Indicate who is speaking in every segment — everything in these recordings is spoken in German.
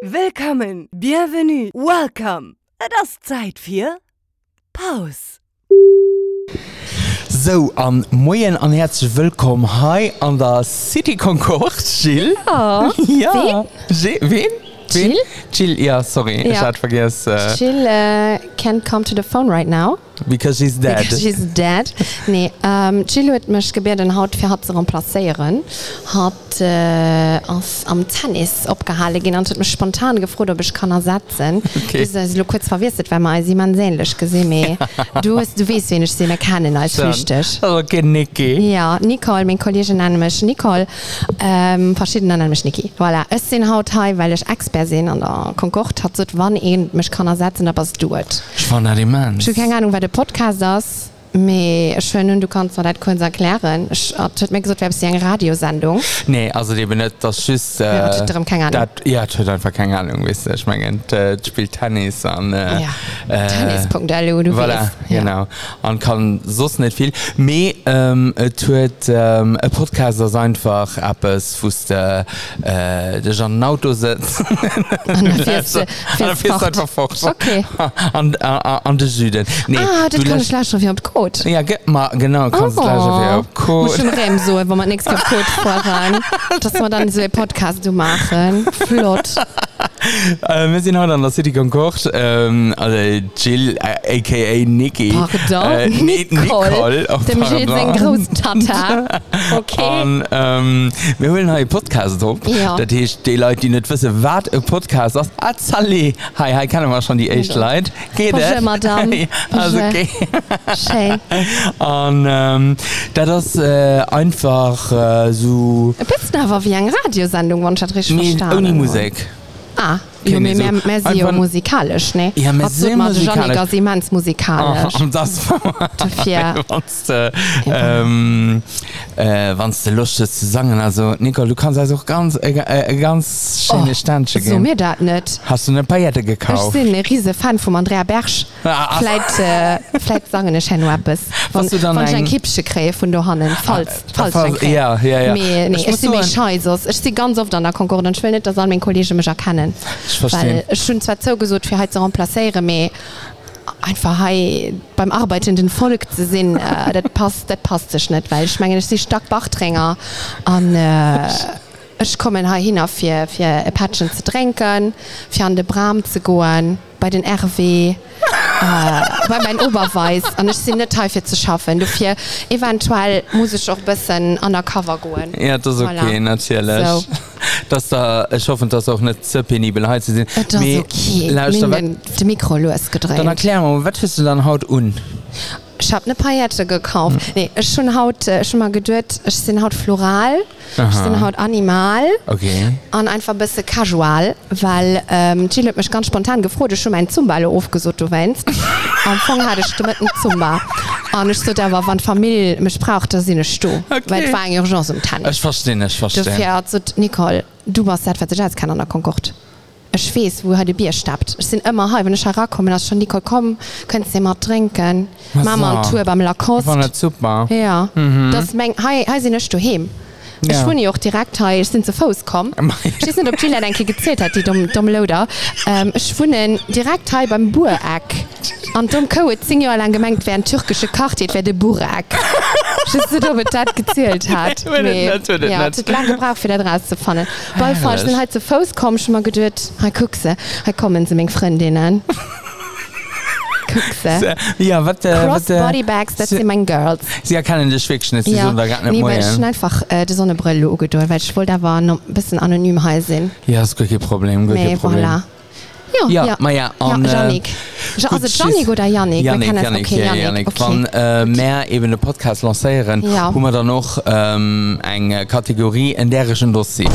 Speaker 1: Willkommen, bienvenue, welcome. Et Das Zeit für Pause.
Speaker 2: So an Moien an herzlich willkommen Hi an der City Concord Jill
Speaker 3: Ja.
Speaker 2: Ja Jill, wen? Wen?
Speaker 3: Jill?
Speaker 2: Jill ja sorry ja. ich
Speaker 3: Ja.
Speaker 2: hatte vergessen äh,
Speaker 3: Jill uh, can't come to the phone right now.
Speaker 2: because she's dead
Speaker 3: because
Speaker 2: she's
Speaker 3: She's dead. Nee, ähm, Jill hat mich gebeten, hat für hat zu remplazieren. Hat äh, aus, am Tennis abgehalten gehen und hat mich spontan gefreut, ob ich kann ersetzen.
Speaker 2: Okay.
Speaker 3: Ich habe nur kurz verwirrt, weil man sie man sehnlich gesehen hat. du, hast- du weißt, wen ich sie mehr kenne als richtig.
Speaker 2: Okay Nicky
Speaker 3: Ja, Nicole, mein Kollege nennt mich Nicole, ähm, verschiedene nennen mich Niki. Voilà, ich bin heute hier, weil ich Expert bin an der Concord, hat gesagt, wann ich mich kann ersetzen, aber es tut.
Speaker 2: Ich war nicht
Speaker 3: Ich habe keine Ahnung, wer der Podcast ist. Me, schön, und du kannst mir das kurz erklären. Ich habe mir gesagt, wir haben eine Radiosendung.
Speaker 2: Nee also die benutzt das Schiss äh,
Speaker 3: Ja, tut darum keine Ahnung.
Speaker 2: dat, Ja tut einfach keine Ahnung wisst ihr. Ich meine äh, spielt Tennis an äh,
Speaker 3: Ja.
Speaker 2: äh,
Speaker 3: Tennis.lu, du
Speaker 2: Voilà,
Speaker 3: weißt.
Speaker 2: ja. genau an kann sos net viel me ähm, äh, huet ähm, e Podcaster einfach Apps fust äh, de Jean Auto sitzt
Speaker 3: Und dann fährst du-
Speaker 2: An der
Speaker 3: fährst
Speaker 2: Fährst
Speaker 3: fort.
Speaker 2: einfach äh, fort.
Speaker 3: Okay.
Speaker 2: an, an, an de Süden nee,
Speaker 3: Ah,
Speaker 2: du
Speaker 3: das kann
Speaker 2: lässt-
Speaker 3: ich gleich schon wieder auf den Code.
Speaker 2: ja, ge- ma, genau kannst oh.
Speaker 3: Muss schon rem so, wenn man nichts kaputt voran. Dass wir dann so einen Podcast so machen. Flott.
Speaker 2: äh, wir sind heute an der City Concord ähm, also Jill äh, aka Nikki
Speaker 3: Pardon,
Speaker 2: äh, nee,
Speaker 3: Nicole.
Speaker 2: Nicole oh,
Speaker 3: Dem Schild
Speaker 2: pardon.
Speaker 3: den großen Tata. Okay.
Speaker 2: Und, ähm, wir wollen einen Podcast drauf.
Speaker 3: Ja.
Speaker 2: Das heißt, die Leute, die nicht wissen, was ein Podcast ist, Azali. Hi, hi, kann man schon die echt Leute. Geht
Speaker 3: Genau. Bonjour,
Speaker 2: das?
Speaker 3: Madame.
Speaker 2: Ja, Also,
Speaker 3: Bonjour.
Speaker 2: okay.
Speaker 3: Schön.
Speaker 2: Und ähm, das ist äh, einfach äh, so.
Speaker 3: Ein bisschen aber wie eine Radiosendung, wenn ich das richtig
Speaker 2: Nee,
Speaker 3: verstanden
Speaker 2: ohne
Speaker 3: habe.
Speaker 2: Musik.
Speaker 3: Ah,
Speaker 2: Keine
Speaker 3: ja, mehr,
Speaker 2: so-
Speaker 3: mehr, mehr sehr
Speaker 2: Einfach-
Speaker 3: musikalisch, ne?
Speaker 2: Ja, wir
Speaker 3: Hat
Speaker 2: sind
Speaker 3: so mal
Speaker 2: musikalisch. Oh.
Speaker 3: Johnny Gassimans
Speaker 2: Ah,
Speaker 3: musikalisch.
Speaker 2: Und das war.
Speaker 3: Ja.
Speaker 2: Wannst du ähm, äh, wann's dir Lust ist zu sagen, also Nicole, du kannst also auch ganz, äh, äh, ganz schöne oh, Standchen
Speaker 3: so
Speaker 2: gehen.
Speaker 3: mir das nicht.
Speaker 2: Hast du eine Paillette
Speaker 3: Ich
Speaker 2: gekauft?
Speaker 3: bin ein riesen Fan von Andrea Bersch.
Speaker 2: Ah, ah.
Speaker 3: Vielleicht, äh, vielleicht sagen ich ja nur etwas.
Speaker 2: Hast du dann
Speaker 3: Wenn ich
Speaker 2: ein-
Speaker 3: ein Kippchen kriege von da hinten. Falls,
Speaker 2: Ah,
Speaker 3: falls ich einen
Speaker 2: falls-
Speaker 3: kriege.
Speaker 2: ja, ja, ja. Ich
Speaker 3: Mehr, nee,
Speaker 2: muss
Speaker 3: ich sehe
Speaker 2: nur
Speaker 3: mich
Speaker 2: ein-
Speaker 3: scheiße. aus. Ich sehe ganz oft an der Konkurrenz. und Ich will nicht, dass alle meine Kollegen mich erkennen.
Speaker 2: Ich verstehe.
Speaker 3: Weil ich schon zwar zugesucht für heute zu remplazieren, aber einfach hey, beim arbeitenden Volk zu sehen, äh, das passt, das passt sich nicht, weil ich meine, ich sehe stark Bachtränger an äh, ich komme hier hin auf für, für ein Patschen zu trinken, für an den Bram zu gehen, bei den RW, äh, bei meinem Oberweis und ich sehe nicht häufig zu schaffen. Dafür eventuell muss ich auch ein bisschen undercover gehen.
Speaker 2: Ja, das ist okay,
Speaker 3: Voilà.
Speaker 2: natürlich.
Speaker 3: So.
Speaker 2: Dass da, ich hoffe, dass auch nicht zu penibel heute sind.
Speaker 3: Das ist
Speaker 2: Me-
Speaker 3: okay.
Speaker 2: Lauscht, da,
Speaker 3: Mir
Speaker 2: wat-
Speaker 3: haben das Mikro losgedreht.
Speaker 2: dann erklär mal, was hast du dann haut un?
Speaker 3: Ich habe eine Paillette gekauft. Hm. Nee, ich schon Haut, äh, schon mal gedürt. Ich sind Haut floral, Aha. ich
Speaker 2: Aha.
Speaker 3: sind Haut animal
Speaker 2: Okay.
Speaker 3: und einfach ein bisschen casual, weil ähm, Chile hat mich ganz spontan gefreut. Ich schon meinen Zumba alle aufgesucht, du weinst. Am Anfang hatte ich da mit einem Zumba. Und ich so, da war, wenn die Familie mich braucht, dass sie nicht du.
Speaker 2: Okay.
Speaker 3: Weil es war eine Urgence im Tanz.
Speaker 2: Ich verstehe, ich verstehe.
Speaker 3: Dafür hat so, Nicole, du warst seit 40 Jahren keiner Konkord. Ich weiß, wo heute Bier stappt. Ich bin immer halb, wenn ich herauskomme, dass schon Nicole komm, könntest du mal trinken.
Speaker 2: Was
Speaker 3: Mama und
Speaker 2: so?
Speaker 3: Tour beim
Speaker 2: Das war
Speaker 3: Lacoste.
Speaker 2: nicht super.
Speaker 3: Ja, mhm. das mein, hei, hei sie nicht daheim. Ja.
Speaker 2: Ja.
Speaker 3: Ich wohne ja auch direkt hier, ich sind zu Fuß gekommen.
Speaker 2: Mei.
Speaker 3: Ich weiß nicht, ob Julia denke gezählt hat, die dumm, dumm Loader. Ähm, ich wohne direkt hier beim Burak. Und dumm Code, zehn Jahre lang gemeint, wer ein türkischer Koch geht, wer der Burak. Ich weiß nicht, ob er das gezählt hat.
Speaker 2: Nee, will nicht, will nicht,
Speaker 3: ja,
Speaker 2: nicht.
Speaker 3: das lange gebraucht, für das rauszufahren. Bald fahr ich
Speaker 2: Herrlich.
Speaker 3: dann halt zu Fuß gekommen, schon mal gedacht, hey, guck sie, hey, kommen sie, meine Freundinnen. guck sie.
Speaker 2: Ja, was, äh, was, äh,
Speaker 3: Crossbody-Bags, das
Speaker 2: sie-
Speaker 3: sind meine Girls.
Speaker 2: sie erkennen dich wirklich nicht, sie
Speaker 3: Ja,
Speaker 2: sind da gar nicht
Speaker 3: nee, weil ich schon
Speaker 2: mehr.
Speaker 3: einfach äh, die Sonnenbrille angedeutet, weil ich wollte aber noch ein bisschen anonym hier sein.
Speaker 2: Ja, ist gar kein Problem, gar
Speaker 3: Nee,
Speaker 2: kein Problem.
Speaker 3: voilà. Ja,
Speaker 2: Ja,
Speaker 3: ja.
Speaker 2: ma ja,
Speaker 3: ja
Speaker 2: und, äh,
Speaker 3: Janik. Ja, also
Speaker 2: Gut,
Speaker 3: Janik
Speaker 2: tschüss.
Speaker 3: oder Janik? Wir
Speaker 2: Janik,
Speaker 3: kennen es-
Speaker 2: Janik,
Speaker 3: okay,
Speaker 2: ja,
Speaker 3: Janik,
Speaker 2: Janik.
Speaker 3: okay.
Speaker 2: Wann äh, mehr eben den Podcast lancieren,
Speaker 3: Ja.
Speaker 2: haben wir dann noch ähm, eine Kategorie, in der ich ein Dossier.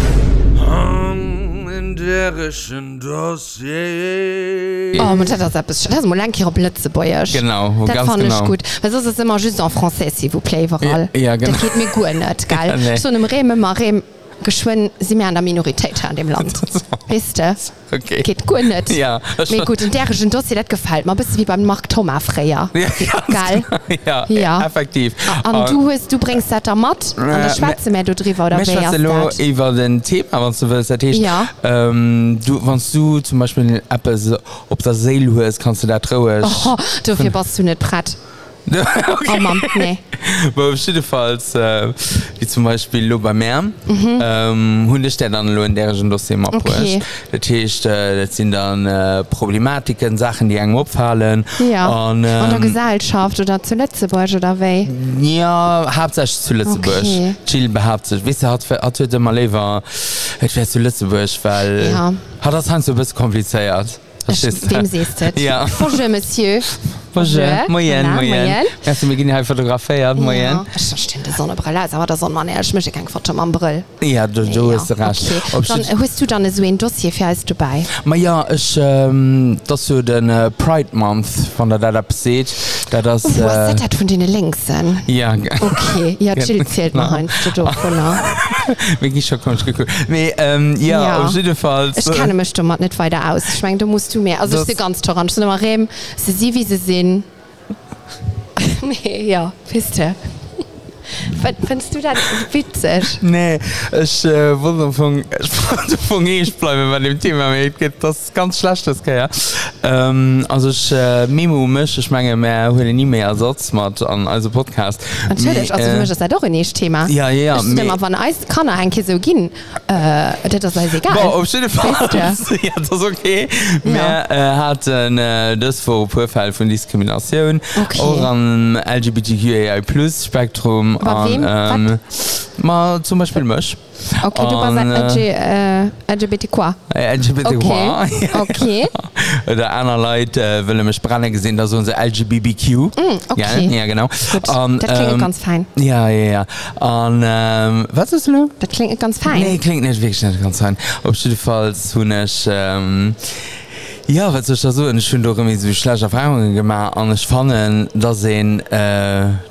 Speaker 4: in derischen Dossier.
Speaker 3: Oh, und das ist etwas, das ist mal lang hier auf Lützebäuerisch.
Speaker 2: Genau, wo
Speaker 3: das
Speaker 2: ganz
Speaker 3: fand
Speaker 2: genau.
Speaker 3: ich gut. Weil sonst ist es immer juste en français, s'il vous plaît, überall.
Speaker 2: Ja, ja, genau.
Speaker 3: Das geht mir gut nicht, gell?
Speaker 2: Nee.
Speaker 3: So einem Rehm immer Rehm. geschwind sie mehr an der Minorität an dem Land. Wisst ihr?
Speaker 2: Okay.
Speaker 3: Geht gut nicht.
Speaker 2: Ja, das
Speaker 3: Mir
Speaker 2: stimmt.
Speaker 3: gut, in der Region, das dir gefällt. Man bist wie beim Mark Thomas Freier.
Speaker 2: Ja, ganz
Speaker 3: Geil.
Speaker 2: genau. Ja,
Speaker 3: Ja.
Speaker 2: effektiv. Ah,
Speaker 3: Und du, hast- du bringst das da mit und
Speaker 2: Äh,
Speaker 3: da schwätze mehr du drüber oder
Speaker 2: Mich
Speaker 3: wer
Speaker 2: schwatze lo
Speaker 3: ist das?
Speaker 2: iwwer den Thema wann du willst, das heißt,
Speaker 3: Ja.
Speaker 2: ähm, du wannst du zum Beispiel App op der Seelu ist kannst du da trauisch
Speaker 3: Oh, dafür warst du nicht pratt.
Speaker 2: okay.
Speaker 3: Oh Mann, nee.
Speaker 2: Weil verschiedenfalls äh, wie zum Beispiel lo bei Meer mhm. ähm, Hundestellen an lo in der Region das Thema
Speaker 3: Okay.
Speaker 2: das, heißt, äh, das sind dann äh, Problematiken Sachen die einem abfallen
Speaker 3: Ja.
Speaker 2: und, ähm,
Speaker 3: oder Gesellschaft oder zu Lützeburg oder wer?
Speaker 2: Ja hauptsächlich zu Lützeburg
Speaker 3: Okay.
Speaker 2: okay. chill behauptet wis hat hat heute mal lever ich wär zu Lützeburg weil
Speaker 3: Ja.
Speaker 2: hat das Hand so bisschen kompliziert Verstehst du?
Speaker 3: Wem siehst du?
Speaker 2: Ja.
Speaker 3: Bonjour, Monsieur.
Speaker 2: Bonjour. Moyen,
Speaker 3: Na,
Speaker 2: moyen.
Speaker 3: moyen.
Speaker 2: Merci, wir gehen hier fotografieren, moyen.
Speaker 3: Ja. Ich verstehe die Sonnenbrille, ist aber der Sonnenmann, er ist mir kein Foto am Brill.
Speaker 2: Ja, du, du hast recht. Ob
Speaker 3: Dann
Speaker 2: ich-
Speaker 3: äh, hast du dann so ein Dossier für uns dabei.
Speaker 2: Ma ja ich ähm, dass du den äh, Pride Month von der Dada seht da das
Speaker 3: Du
Speaker 2: äh,
Speaker 3: hast das von den Linksen.
Speaker 2: ja
Speaker 3: Okay, ja, chill zählt mal eins, du Doppler.
Speaker 2: wirklich schon komisch geguckt nee, ähm, ja,
Speaker 3: Ja.
Speaker 2: ja auf jeden Fall
Speaker 3: Ich kann mich damit nicht weiter aus. Ich meine, du musst du mehr. Also, ich
Speaker 2: Das-
Speaker 3: sehe ganz tolerant. Ich sehe immer Rem, sie sehen, wie sie sind. nee, ja, wisst ihr. Fin- Findest du das witzig?
Speaker 2: nee ich äh, wollte von ich wollte von ich bleiben bei dem Thema weil es gibt das ist ganz schlecht das kann ja ähm, also ich äh, Memo mich ich meine mehr hole nie mehr Ersatz mit an also Podcast
Speaker 3: Natürlich,
Speaker 2: Me,
Speaker 3: also für
Speaker 2: äh,
Speaker 3: mich ist das doch ein nächstes Thema.
Speaker 2: Ja, ja, ja,
Speaker 3: Ich stimme,
Speaker 2: me-
Speaker 3: aber wenn Eis kann er eigentlich so gehen, äh, das ist egal.
Speaker 2: Boah, auf jeden Fall.
Speaker 3: Weißt du?
Speaker 2: ja, das ist okay.
Speaker 3: Ja.
Speaker 2: Ja. Wir äh, hatten äh, das vor Vorfall von Diskrimination.
Speaker 3: Okay.
Speaker 2: Auch am LGBTQIA-Plus-Spektrum.
Speaker 3: Bei
Speaker 2: und,
Speaker 3: wem?
Speaker 2: Ähm, mal zum Beispiel Mösch.
Speaker 3: Okay, du warst
Speaker 2: Und,
Speaker 3: ein
Speaker 2: äh,
Speaker 3: LG, äh, LGBTQ.
Speaker 2: äh, LGBTQIA.
Speaker 3: Okay. okay.
Speaker 2: Oder andere Leute äh, will mich brennen gesehen, dass unser LGBTQ. Mm,
Speaker 3: okay.
Speaker 2: Ja, ja genau.
Speaker 3: Gut, das
Speaker 2: ähm,
Speaker 3: klingt ganz fein.
Speaker 2: Ja, ja, ja. Und ähm, was ist denn?
Speaker 3: Das klingt ganz fein.
Speaker 2: Nee, klingt nicht wirklich nicht ganz sein. Auf jeden Fall tun ich, ähm, ja, was soll ich da so, ich finde auch irgendwie so schlechte Erfahrungen gemacht und ich fand, dass ihn, äh,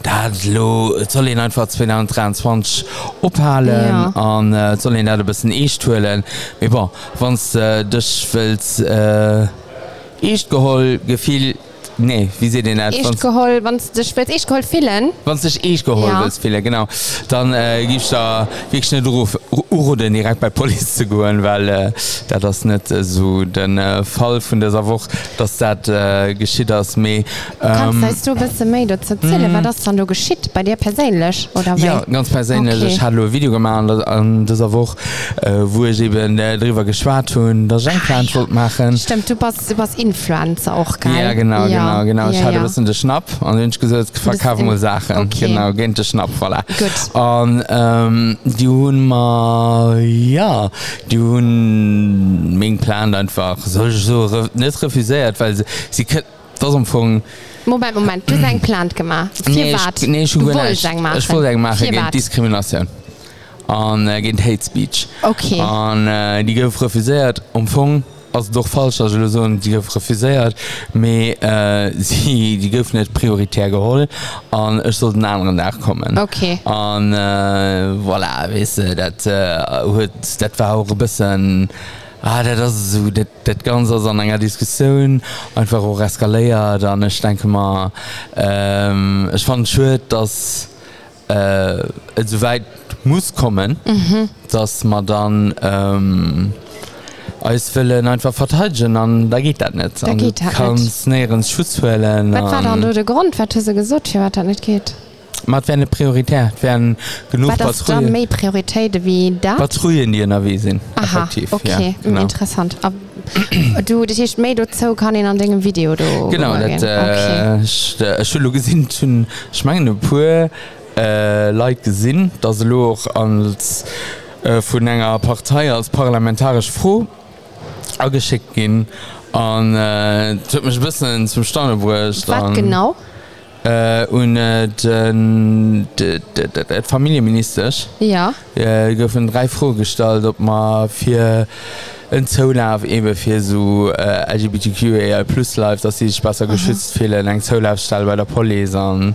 Speaker 2: da lo, soll ihn einfach 2023 abhalten
Speaker 3: Ja.
Speaker 2: ja. und äh, soll ihn da ein bisschen echt holen. Aber bon, wenn äh, dich willst, äh, echt geholt, gefiel, nee, wie seht ihr das?
Speaker 3: Ich
Speaker 2: Wenn's-
Speaker 3: geholt, wenn du spielst, ich geholt vielen.
Speaker 2: Wenn dich ich geholt
Speaker 3: Ja.
Speaker 2: ja. willst, viele, genau, dann äh, gibst du da wirklich nicht Ruf, Urden direkt bei Polizei zu gehen, weil äh, da das nicht äh, so der äh, Fall von dieser Woche, dass das äh, geschieht, dass mir.
Speaker 3: Kannst
Speaker 2: Ähm, hm.
Speaker 3: heißt du ein bisschen mehr dazu erzählen, was das dann so geschieht bei dir persönlich, oder
Speaker 2: ja, genau.
Speaker 3: wie?
Speaker 2: ganz persönlich,
Speaker 3: Okay.
Speaker 2: okay. ich habe ein Video gemacht an- an dieser Woche, äh, wo ich eben äh, darüber geschwärzt habe, dass Ah, ich einen Plan wollte machen.
Speaker 3: Stimmt, du bist, du bist Influencer auch, geil.
Speaker 2: Ja, genau, ja. genau, genau. Ich
Speaker 3: ja,
Speaker 2: hatte
Speaker 3: ja.
Speaker 2: ein bisschen den Schnapp und dann habe ich gesagt, verkaufen wir
Speaker 3: bisschen-
Speaker 2: Sachen.
Speaker 3: okay.
Speaker 2: Genau, gehen den Schnapp, voilà.
Speaker 3: Gut.
Speaker 2: Und ähm, die haben mal, ja, die haben meinen Plan einfach so, so re nicht refusiert, weil sie, sie können, das umfangen.
Speaker 3: Moment, Moment, du hast einen Plan gemacht. Vier Wart.
Speaker 2: ich, nee, ich
Speaker 3: du
Speaker 2: will
Speaker 3: wolltest einen machen.
Speaker 2: Ich wollte machen,
Speaker 3: Vier
Speaker 2: gegen
Speaker 3: Wart.
Speaker 2: Diskrimination. Und äh, gegen Hate Speech.
Speaker 3: Okay.
Speaker 2: Und äh, die gehen refusiert, umfangen. Also doch falsch, also so, und die gehen refusiert, aber äh, sie, die gehen nicht prioritär geholt und ich soll den anderen nachkommen.
Speaker 3: Okay.
Speaker 2: Und äh, voilà, weißt du, das äh, hat- das war auch ein bisschen, ah, das ist so, das das Ganze ist an einer Diskussion einfach auch eskaliert. Und ich denke mal, ähm, ich fand es schön, dass äh, es so weit muss kommen, dass man dann ähm, als Willen einfach verteidigen, und da geht das nicht.
Speaker 3: Da
Speaker 2: Und
Speaker 3: geht
Speaker 2: du
Speaker 3: das
Speaker 2: kannst näherens Schutz wählen.
Speaker 3: Was war dann so der Grund, was du so gesagt hast, was das nicht geht?
Speaker 2: Man wäre eine Priorität, wären genug
Speaker 3: War das dann mehr Priorität wie da?
Speaker 2: Patrouillen, die in der Weh sind.
Speaker 3: Aha,
Speaker 2: effektiv,
Speaker 3: okay,
Speaker 2: Ja,
Speaker 3: mm,
Speaker 2: genau.
Speaker 3: interessant. Aber du, das ist mehr dazu, kann ich an dem Video do,
Speaker 2: Genau, das,
Speaker 3: rübergehen.
Speaker 2: äh, ich, äh, ich habe gesehen, schon, ich meine, ein paar äh, Leute gesehen, dass sie auch als, äh, von einer Partei als parlamentarisch froh angeschickt gehen. Und äh, das hat mich ein bisschen zum Stande gebracht.
Speaker 3: Was
Speaker 2: Und,
Speaker 3: genau?
Speaker 2: Äh, und äh, den, den, den, den, den Familienminister.
Speaker 3: Ja.
Speaker 2: Ja, gouf hun drei froh gestalt, ob ma fir ein Zolaf eben für so äh, LGBTQAI plus läuft, dass sie sich besser
Speaker 3: Mhm.
Speaker 2: geschützt fühlen, ein Zolafstall bei der Polizei.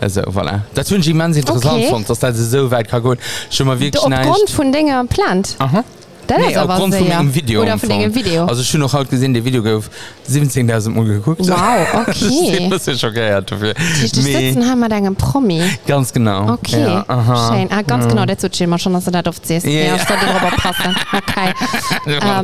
Speaker 2: Also, voilà. Das finde ich immens interessant,
Speaker 3: Okay.
Speaker 2: okay. fand, dass das so weit kann gehen. Schon mal wirklich
Speaker 3: Aufgrund von Dingen plant.
Speaker 2: Aha.
Speaker 3: Das ist aber
Speaker 2: Ah, aufgrund von
Speaker 3: sehr-
Speaker 2: dem Video.
Speaker 3: Oder von dem
Speaker 2: Umfang.
Speaker 3: Video.
Speaker 2: Also schon noch heute gesehen, der Video gouf 17.000 Mal geguckt.
Speaker 3: Wow, okay.
Speaker 2: das ist schockiert dafür.
Speaker 3: Die, die
Speaker 2: Meh.
Speaker 3: sitzen halt haben wir dann einen Promi.
Speaker 2: Ganz genau.
Speaker 3: Okay,
Speaker 2: Ja, aha. Mm.
Speaker 3: schön. Ah, ganz genau, dazu chillen wir schon, dass du das oft siehst.
Speaker 2: Ja,
Speaker 3: Ja,
Speaker 2: ja.
Speaker 3: ja. ich soll darüber passen. Okay.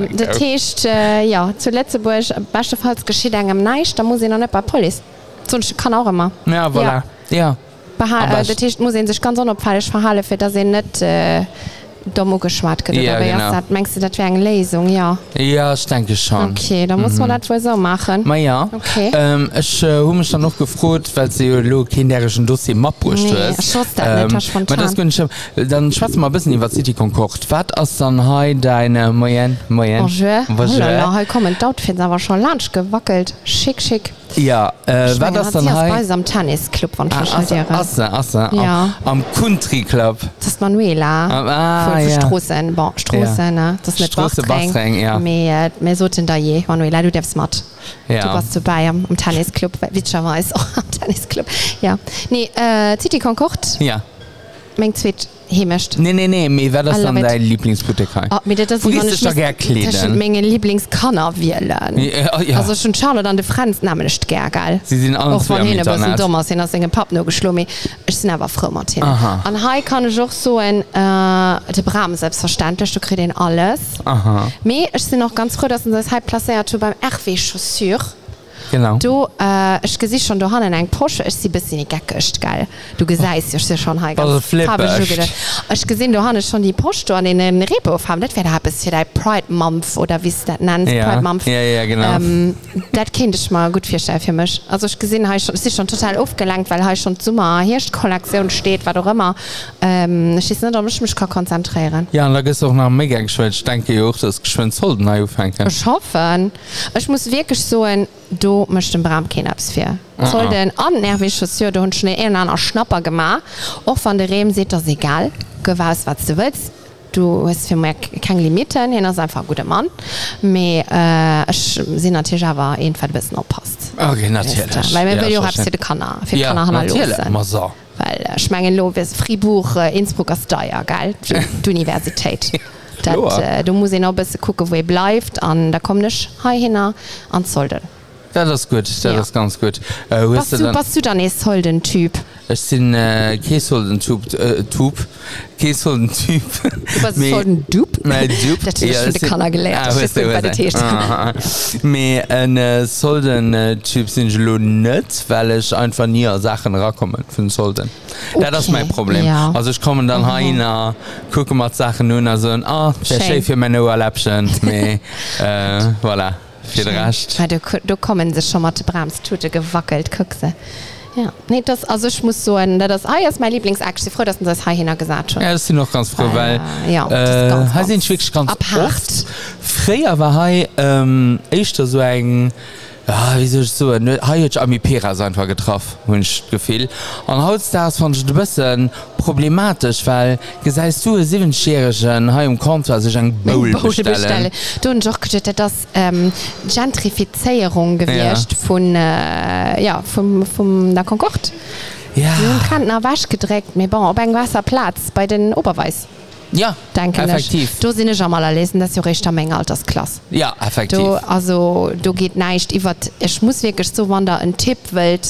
Speaker 3: ähm, der Tisch, äh, ja, zu Letzteburg, bestenfalls geschieht einem Neisch, da muss ich noch nicht bei Polis. Sonst kann auch immer.
Speaker 2: Ja, voilà. Ja.
Speaker 3: Beha
Speaker 2: Aber
Speaker 3: äh, der Tisch muss ihn sich ganz unauffällig verhalten, für dass er nicht äh, dumm geschwatzt wird.
Speaker 2: Ja,
Speaker 3: aber
Speaker 2: genau.
Speaker 3: erst hat, meinst du, das wäre eine Lesung, ja.
Speaker 2: Ja, ich denke schon.
Speaker 3: Okay, dann muss
Speaker 2: Mhm.
Speaker 3: man das wohl so machen.
Speaker 2: Ma ja.
Speaker 3: Okay.
Speaker 2: Ähm, ich äh, habe mich dann noch gefreut, weil sie lo kinderischen Dossier mappbrust
Speaker 3: Nee, ich wusste das nicht, das spontan.
Speaker 2: das gönn ich, äh, dann schwatz mal ein bisschen über City Concord. Was ist dann heute deine Moyen? Moyen?
Speaker 3: Bonjour. Oh
Speaker 2: Bonjour.
Speaker 3: Bonjour. Heute kommen Doutfins aber schon lunch gewackelt. Schick, schick.
Speaker 2: Ja, äh, was ist dann Ah, heute?
Speaker 3: am Tennisclub von Fischerdere.
Speaker 2: Asse, Asse,
Speaker 3: Ja.
Speaker 2: am, am Country Club.
Speaker 3: Das ist Manuela.
Speaker 2: Am- ah,
Speaker 3: Von- von
Speaker 2: ja.
Speaker 3: Straßen, bon, Straßen,
Speaker 2: Ja.
Speaker 3: ne? Das ist nicht
Speaker 2: Straße, Bachtreng, ja.
Speaker 3: Mehr, mehr so denn da je. Manuela, du darfst mit.
Speaker 2: Ja.
Speaker 3: Du warst dabei am, am Tennisclub, witzigerweise auch am Tennisclub. Ja. Nee, äh, Titi Concord,
Speaker 2: Ja.
Speaker 3: mein Zweit, hemischt.
Speaker 2: Nee, nee, nee, mir wäre das
Speaker 3: I
Speaker 2: dann
Speaker 3: love it.
Speaker 2: dein Lieblingsboutique.
Speaker 3: Oh, mir das ist
Speaker 2: Vergiss
Speaker 3: noch
Speaker 2: dich doch
Speaker 3: nicht-
Speaker 2: gerne kleiden.
Speaker 3: Das sind meine Lieblingskanner, wir lernen.
Speaker 2: Ja, oh, ja.
Speaker 3: Also schon Charlotte und der Franz nahmen nicht gern, geil.
Speaker 2: Sie sind alle
Speaker 3: Auch
Speaker 2: zwei
Speaker 3: wenn
Speaker 2: am
Speaker 3: ich ein bisschen
Speaker 2: Internat.
Speaker 3: dumm sind, dass ich einen Papp nur geschlungen Ich bin aber froh mit ihm.
Speaker 2: Aha.
Speaker 3: Und hier kann ich auch so ein, äh, der Bram selbstverständlich, du kriegst ihn alles.
Speaker 2: Aha,
Speaker 3: Aber ich bin auch ganz froh, dass ich das halb platziert habe beim RW Chaussure.
Speaker 2: genau.
Speaker 3: Du, äh, ich sehe schon, du hast einen Porsche, ich sehe ein bisschen geckert, geil. Du siehst, ich sehe schon halt
Speaker 2: Also flipper.
Speaker 3: Ich gesehen, du hast schon die Porsche an den Repo haben. Das wäre ein bisschen dein Pride Month oder wie es das nennt,
Speaker 2: Ja,
Speaker 3: Pride Month.
Speaker 2: ja, ja, genau.
Speaker 3: Ähm, das könnte ich mal gut vorstellen für mich. Also ich gesehen, habe ich schon, es ist schon total aufgelangt, weil hier schon Sommer Hirschkollektion steht, was auch immer. Ähm, ich weiß nicht, ob ich mich kann konzentrieren kann.
Speaker 2: Ja, und da gehst du auch noch mega geschwätzt. Danke, ihr auch, dass geschwind sollten, na, fangen.
Speaker 3: Ich hoffe. Ich muss wirklich so ein, du möchtest den Bram kein Abs für. Soll den annervig Chausseur, du hast schon einen anderen Schnapper gemacht. Auch von der Rehm sieht das egal. Du weißt, was du willst. Du hast für mich keine Limiten. Er ist einfach ein guter Mann. Aber äh, ich sehe natürlich aber jedenfalls ein bisschen aufpasst.
Speaker 2: Okay,
Speaker 3: Weißt
Speaker 2: natürlich.
Speaker 3: du? Weil wir ja, will ja auch
Speaker 2: verstehe.
Speaker 3: für die Kanner. Für die
Speaker 2: Ja,
Speaker 3: Kanner haben wir
Speaker 2: natürlich,
Speaker 3: los. sein.
Speaker 2: mal so.
Speaker 3: Weil äh, ich meine, lo, wir sind Fribourg, äh, Innsbruck ist teuer, gell? Die, die Universität. Dat,
Speaker 2: Klar.
Speaker 3: äh, du musst ja noch ein bisschen gucken, wo ihr bleibt. Und da komm nicht hin äh, an Solden.
Speaker 2: Ja, das ist gut, das
Speaker 3: Ja.
Speaker 2: ist ganz gut. Äh, wo
Speaker 3: Was
Speaker 2: ist
Speaker 3: du,
Speaker 2: du dann?
Speaker 3: was du dann ist Solden-Typ?
Speaker 2: Ich bin äh, Käseholden-Typ. Äh, Typ. Käseholden-Typ.
Speaker 3: Du warst
Speaker 2: Me-
Speaker 3: Solden-Dup?
Speaker 2: Nein, Dup.
Speaker 3: Das ist schon die Kanner gelernt.
Speaker 2: Ah,
Speaker 3: Das
Speaker 2: weißt
Speaker 3: ist
Speaker 2: du,
Speaker 3: bei der
Speaker 2: weißt
Speaker 3: Tisch.
Speaker 2: du. Aha. Me, ein äh, Solden-Typ sind ich lo nicht, weil ich einfach nie an Sachen rankomme von Solden. Okay. Das ist
Speaker 3: Okay,
Speaker 2: mein Problem.
Speaker 3: ja.
Speaker 2: Also ich komme dann rein, äh, gucke mal die Sachen nun und so, ah, der
Speaker 3: Schön.
Speaker 2: Chef für meine Urlaubchen. Me, äh, voilà. Viel Rest.
Speaker 3: Weil du, du kommen sie schon mal zu Brams Tute gewackelt, guck sie. Ja, nee, das, also ich muss so ein, das, ah, jetzt mein Lieblingsakt. Ich bin froh, dass du das hier gesagt hast.
Speaker 2: Ja, das sind noch ganz froh,
Speaker 3: Ah,
Speaker 2: weil
Speaker 3: ja, das ist
Speaker 2: äh,
Speaker 3: ganz,
Speaker 2: hier
Speaker 3: ganz
Speaker 2: sind wirklich ganz
Speaker 3: abhart.
Speaker 2: oft. Früher war hei ähm, ich da so ein ja, wie soll ich so ne, hei ich am Pera einfach getroffen wünsch gefehl und heutzutage fand ich ein bisschen problematisch weil gesagt du siebenscherischen hei im Konto also ich ein Bowl bestellen
Speaker 3: Du und Joch getötet das ähm, Gentrifizierung gewirrscht ja. von äh, ja, vom, vom der Concord.
Speaker 2: ja
Speaker 3: Die haben Kanten auf Wasch gedreckt, mir bon, ob ein Wasserplatz bei den Oberweis.
Speaker 2: ja
Speaker 3: Danke.
Speaker 2: effektiv
Speaker 3: Du sind nicht einmal lesen, das ist ja recht am Menge Altersklasse.
Speaker 2: ja effektiv
Speaker 3: Du, also, du geht nicht, ich, wat, ich muss wirklich so, wenn da ein Tipp wollt,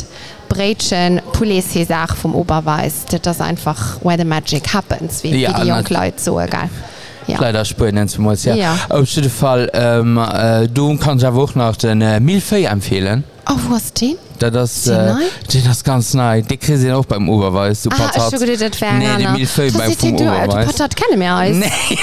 Speaker 3: Brötchen, Poulet César vom Oberweis, das ist einfach where the magic happens, wie,
Speaker 2: Ja,
Speaker 3: ja, wie die jungen
Speaker 2: nat-
Speaker 3: Leute so, egal. Ja.
Speaker 2: Leider Spuren nennen wir uns, ja.
Speaker 3: Ja.
Speaker 2: Auf jeden Fall, ähm, äh, du kannst ja auch noch den äh, Milfei empfehlen.
Speaker 3: Oh, wo ist den?
Speaker 2: Da das,
Speaker 3: Sie
Speaker 2: äh,
Speaker 3: neu?
Speaker 2: die das ganz neu. Die kriegen sie auch beim Oberweis. Du
Speaker 3: Ah, ich
Speaker 2: Patat.
Speaker 3: habe gedacht, das wäre
Speaker 2: Nee, die
Speaker 3: einer.
Speaker 2: Milchfeuille
Speaker 3: Das
Speaker 2: beim
Speaker 3: ist ne? die
Speaker 2: vom
Speaker 3: Tür,
Speaker 2: Oberweis.
Speaker 3: Die Patat kennen wir alles. Nee.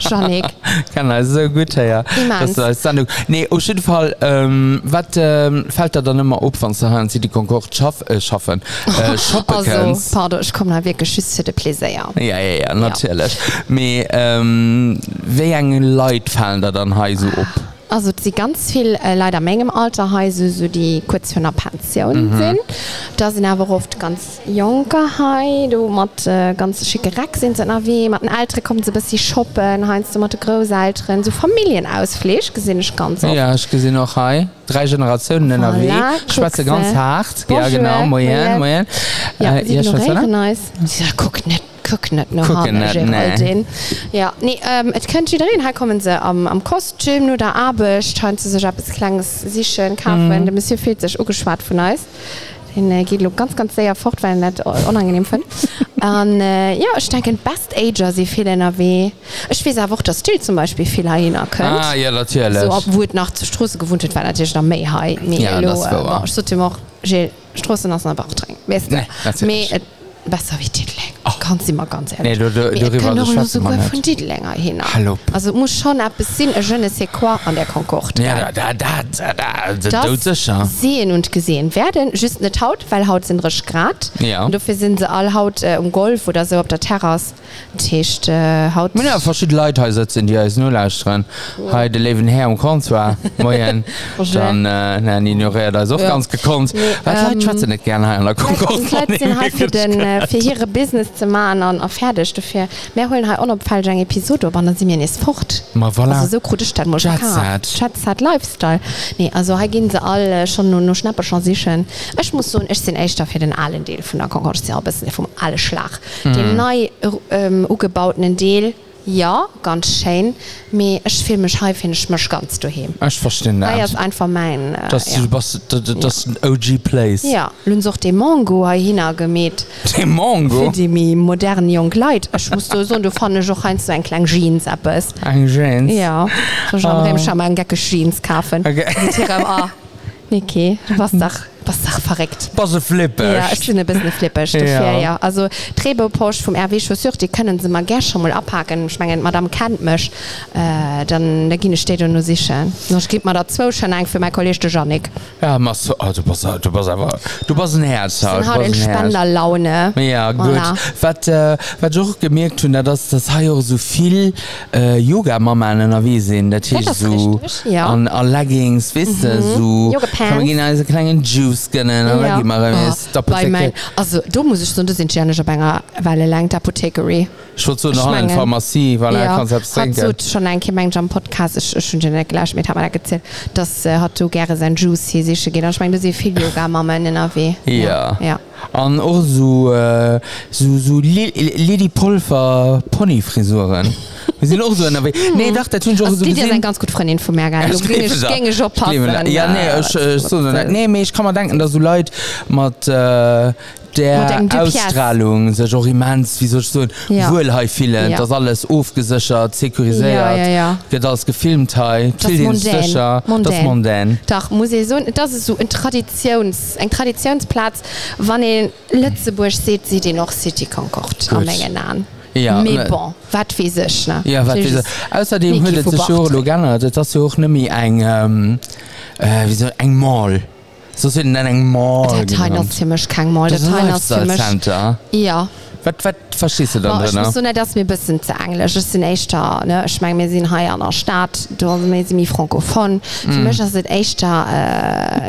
Speaker 3: Janik.
Speaker 2: Kann also gut, ja.
Speaker 3: Immens.
Speaker 2: Das ist dann, nee, auf jeden Fall, ähm, was ähm, fällt da dann immer auf, wenn sie sie die Konkord schaff, äh, schaffen? Äh, shoppen
Speaker 3: Also,
Speaker 2: kannst.
Speaker 3: pardon, ich komme da wirklich schüss für den Pläsier.
Speaker 2: Ja, ja, ja, natürlich. Ja. Me, ähm, wie lange Leute fallen da dann hier so auf?
Speaker 3: also sie ganz viel äh, leider Mengegem Alter heise so die kurz von der Pension mhm. sind da sind aber oft ganz Junker hei du mat äh, ganz schicke Rack sind in AW mat Alter kommt sie bis sie shoppen heinst du mat Großeltern so Familien ausfleisch gesinn ich ganz oft.
Speaker 2: Ja, ich gesehen auch hi drei Generationen in der
Speaker 3: Voilà,
Speaker 2: Weg
Speaker 3: guckst
Speaker 2: schwarze
Speaker 3: du.
Speaker 2: ganz hart ja
Speaker 3: Bonjour,
Speaker 2: genau moyen
Speaker 3: moyen.
Speaker 2: moyen
Speaker 3: Ja,
Speaker 2: Äh,
Speaker 3: sie
Speaker 2: ihr Schwester,
Speaker 3: ignorieren
Speaker 2: ne?
Speaker 3: uns. Sie sagen, guck nicht, guck nicht, nur
Speaker 2: Guck
Speaker 3: haben wir
Speaker 2: nicht,
Speaker 3: Geraldine. Ja, nee, ähm, ich könnte wieder reden, hier kommen sie am, am Kostgym oder Arbeit, schauen sie sich etwas Kleines sichern, kaufen, mhm. der Monsieur fühlt sich auch geschwart von uns. Den äh, geht glaub, ganz, ganz sehr fort, weil er nicht äh, unangenehm findet. Und äh, ja, ich denke, Best Ager, sie viel NRW. Ich weiß auch, dass Still zum Beispiel viel erinnern könnt.
Speaker 2: ah ja natürlich
Speaker 3: So, obwohl nach zur Straße gewohnt hat, war natürlich noch mehr high. Mehr
Speaker 2: Ja, das war wahr.
Speaker 3: Ich sollte auch die Straße aus einer Bauch trinken. Weißt du?
Speaker 2: Nee, natürlich.
Speaker 3: Mehr, äh, besser wie Titling. Oh. Kannst du mal ganz ehrlich.
Speaker 2: Nee, du- du-
Speaker 3: Wir
Speaker 2: darüber
Speaker 3: können doch nur
Speaker 2: schwätzen wir
Speaker 3: sogar
Speaker 2: nicht.
Speaker 3: von Titlinger hin.
Speaker 2: Hallo.
Speaker 3: Also muss schon ein bisschen ein schönes Sequoia an der Concorde.
Speaker 2: ja da da da da da da sicher
Speaker 3: sehen und gesehen werden. Just nicht Haut, weil Haut sind richtig grad.
Speaker 2: Ja.
Speaker 3: Und dafür sind sie all Haut äh, im Golf oder so auf der Terrasse. Tisch, äh, Haut.
Speaker 2: Min ja verschiedene Leithäuser sind hier ist nur leicht dran
Speaker 3: Oh.
Speaker 2: heute leben her um Kon war moin dann äh, nein, ignoriert also auch ja. ganz gekonnt
Speaker 3: ähm,
Speaker 2: weil Leute schwatzen nicht gerne hier an der
Speaker 3: Ein Kleidchen halt für, den,
Speaker 2: Konkurrenz
Speaker 3: äh, für ihre Business zu machen und auch fertig dafür. Wir holen halt auch noch falsch eine Episode, aber dann sind wir nicht fort.
Speaker 2: Ma voilà.
Speaker 3: Also so gute Stadt muss
Speaker 2: Schatz hat.
Speaker 3: Schatz hat Lifestyle. Nee, also hier gehen sie alle schon nur, nur schnapper schon sicher. Ich muss sagen, ich bin echt dafür den allen Teil von der Konkurs, ja, ein bisschen vom alle Schlag.
Speaker 2: Hm.
Speaker 3: Mhm. Den neu ähm, umgebauten Teil, ja, ganz schön, aber ich fühle mich halt, finde ich mich ganz daheim.
Speaker 2: Ah, ich verstehe
Speaker 3: Ja. Hier
Speaker 2: nicht
Speaker 3: ist einfach mein... Äh,
Speaker 2: das,
Speaker 3: ja.
Speaker 2: ja. das, das, das ist ein OG Place
Speaker 3: Ja, lünn auch den Mango hina gemäht.
Speaker 2: dem
Speaker 3: Für
Speaker 2: Mongo
Speaker 3: die mi modernen jung Leid. Ich musste so, und du fandest auch eins so ein kleinen Jeans ab ist.
Speaker 2: ein Jeans
Speaker 3: Ja, so schon oh. schon mal einen gecke Jeans kaufen.
Speaker 2: Okay.
Speaker 3: Und hier am A. Niki, was doch, was doch verreckt.
Speaker 2: was ein Flipper
Speaker 3: Ja, ich bin ein bisschen flippisch.
Speaker 2: Ja.
Speaker 3: Ja. ja. Also, Trebepost vom RW Chaussure, die können sie mal gerne schon mal abhaken. Ich meine, Madame kennt mich. Äh, dann, da gehen steht und nur sicher. Sonst gibt mir da zwei schon ein für mein Kollege Janik.
Speaker 2: Ja, machst du, oh, du bist, du bist einfach, du bist ein Herz,
Speaker 3: Ich
Speaker 2: du
Speaker 3: bin halt in
Speaker 2: bist ein Herz.
Speaker 3: spannender Laune.
Speaker 2: Ja, gut.
Speaker 3: Voilà.
Speaker 2: Was, äh, was ich auch gemerkt habe, dass das hier auch so viel äh, Yoga-Mama in der Weh sind. Das
Speaker 3: Ja,
Speaker 2: ist
Speaker 3: das
Speaker 2: so
Speaker 3: richtig, ja.
Speaker 2: an,
Speaker 3: Mhm.
Speaker 2: an Leggings, weißt du, so.
Speaker 3: Yoga-Pants.
Speaker 2: Kann man gehen also kleinen Juice gönnen, dann ja. gehen wir rein, ist
Speaker 3: Bei Ah, mein,
Speaker 2: doppelt
Speaker 3: also du muss ich so das sind Janischer Banger weil lang der Apothekery
Speaker 2: Ich wollte so eine
Speaker 3: Schmangen.
Speaker 2: Online-Pharmacie, weil er kann selbst
Speaker 3: hat so
Speaker 2: trinken.
Speaker 3: schon ein Kemengjam Podcast ich, ich schon den gleich mit haben wir da gezählt das äh, hat du gerne sein Juice hier sich gehen ich meine du siehst viel Yoga Mama in NRW
Speaker 2: Ja.
Speaker 3: ja
Speaker 2: Und auch so, äh, so, so Li- Lady Pulver Pony-Frisuren. Wir sind auch so in der Weh. Nee, doch, das tun ich auch
Speaker 3: also
Speaker 2: so
Speaker 3: die dir
Speaker 2: gesehen.
Speaker 3: sind ganz gut Freundin von mir geil
Speaker 2: Ja,
Speaker 3: du
Speaker 2: ich liebe
Speaker 3: gängst
Speaker 2: sie.
Speaker 3: gängst schon
Speaker 2: Ich liebe
Speaker 3: passen
Speaker 2: sie. Ja, nee, ich, ich, so,
Speaker 3: was
Speaker 2: nicht.
Speaker 3: soll's.
Speaker 2: nee, mir, ich kann mir denken, dass so Leute mit äh,
Speaker 3: Mit
Speaker 2: der
Speaker 3: dem Dupias.
Speaker 2: Ausstrahlung sich auch immens, wie soll ich sagen,
Speaker 3: Ja.
Speaker 2: wohlheit fühlen,
Speaker 3: Ja.
Speaker 2: dass alles aufgesichert, securisiert,
Speaker 3: Ja, ja, ja.
Speaker 2: wird alles gefilmt, hey,
Speaker 3: Das mondän.
Speaker 2: sicher, das ist
Speaker 3: Mondän.
Speaker 2: mondän.
Speaker 3: Doch, muss ich so, das ist so ein Traditions, ein Traditionsplatz. Wenn ihr Lützeburg seht, seht ihr noch City Concord am
Speaker 2: Gut.
Speaker 3: Mengen an.
Speaker 2: Ja, ne.
Speaker 3: Mais bon, was weiß ich, ne?
Speaker 2: Ja, was
Speaker 3: Das
Speaker 2: ist
Speaker 3: ist-
Speaker 2: das? Außerdem
Speaker 3: Niki
Speaker 2: hört
Speaker 3: von
Speaker 2: sich auch
Speaker 3: Bachtrick.
Speaker 2: noch gerne, dass das ja auch nicht mehr ein, ähm, äh, wie soll ein Mall. So sind dann ein Mall.
Speaker 3: Der Teil ist für mich kein Mal, der
Speaker 2: Das ist ein
Speaker 3: Teil ist für mich.
Speaker 2: Lifestyle-Center.
Speaker 3: Ja,
Speaker 2: Was, was verstehst du dann
Speaker 3: aber ich
Speaker 2: drin?
Speaker 3: muss so nicht, dass wir ein bisschen zu Englisch Ich bin echt da, ne? Ich meine, wir sind hier in der Stadt, da sind wir sind frankophon. Für
Speaker 2: Mm.
Speaker 3: mich ist das echt da,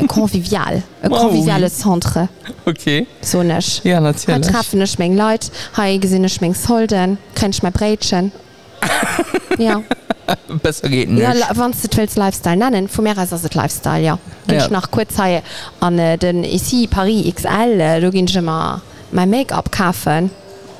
Speaker 3: äh, konvivial. Ein
Speaker 2: Wow.
Speaker 3: konviviales Centre.
Speaker 2: Okay.
Speaker 3: So nicht.
Speaker 2: Ja, natürlich.
Speaker 3: Heute treffen ich meine Leute, heute gesehen ich meine Soldaten, kennst mein Brötchen. ja.
Speaker 2: Besser geht nicht.
Speaker 3: ja, la- wenn du das willst, Lifestyle nennen, von mir aus ist es Lifestyle, ja. Gehst
Speaker 2: Ja.
Speaker 3: ja. nach kurz hier an äh, den IC Paris XL, äh, da gehst du mal mein Make-up kaufen.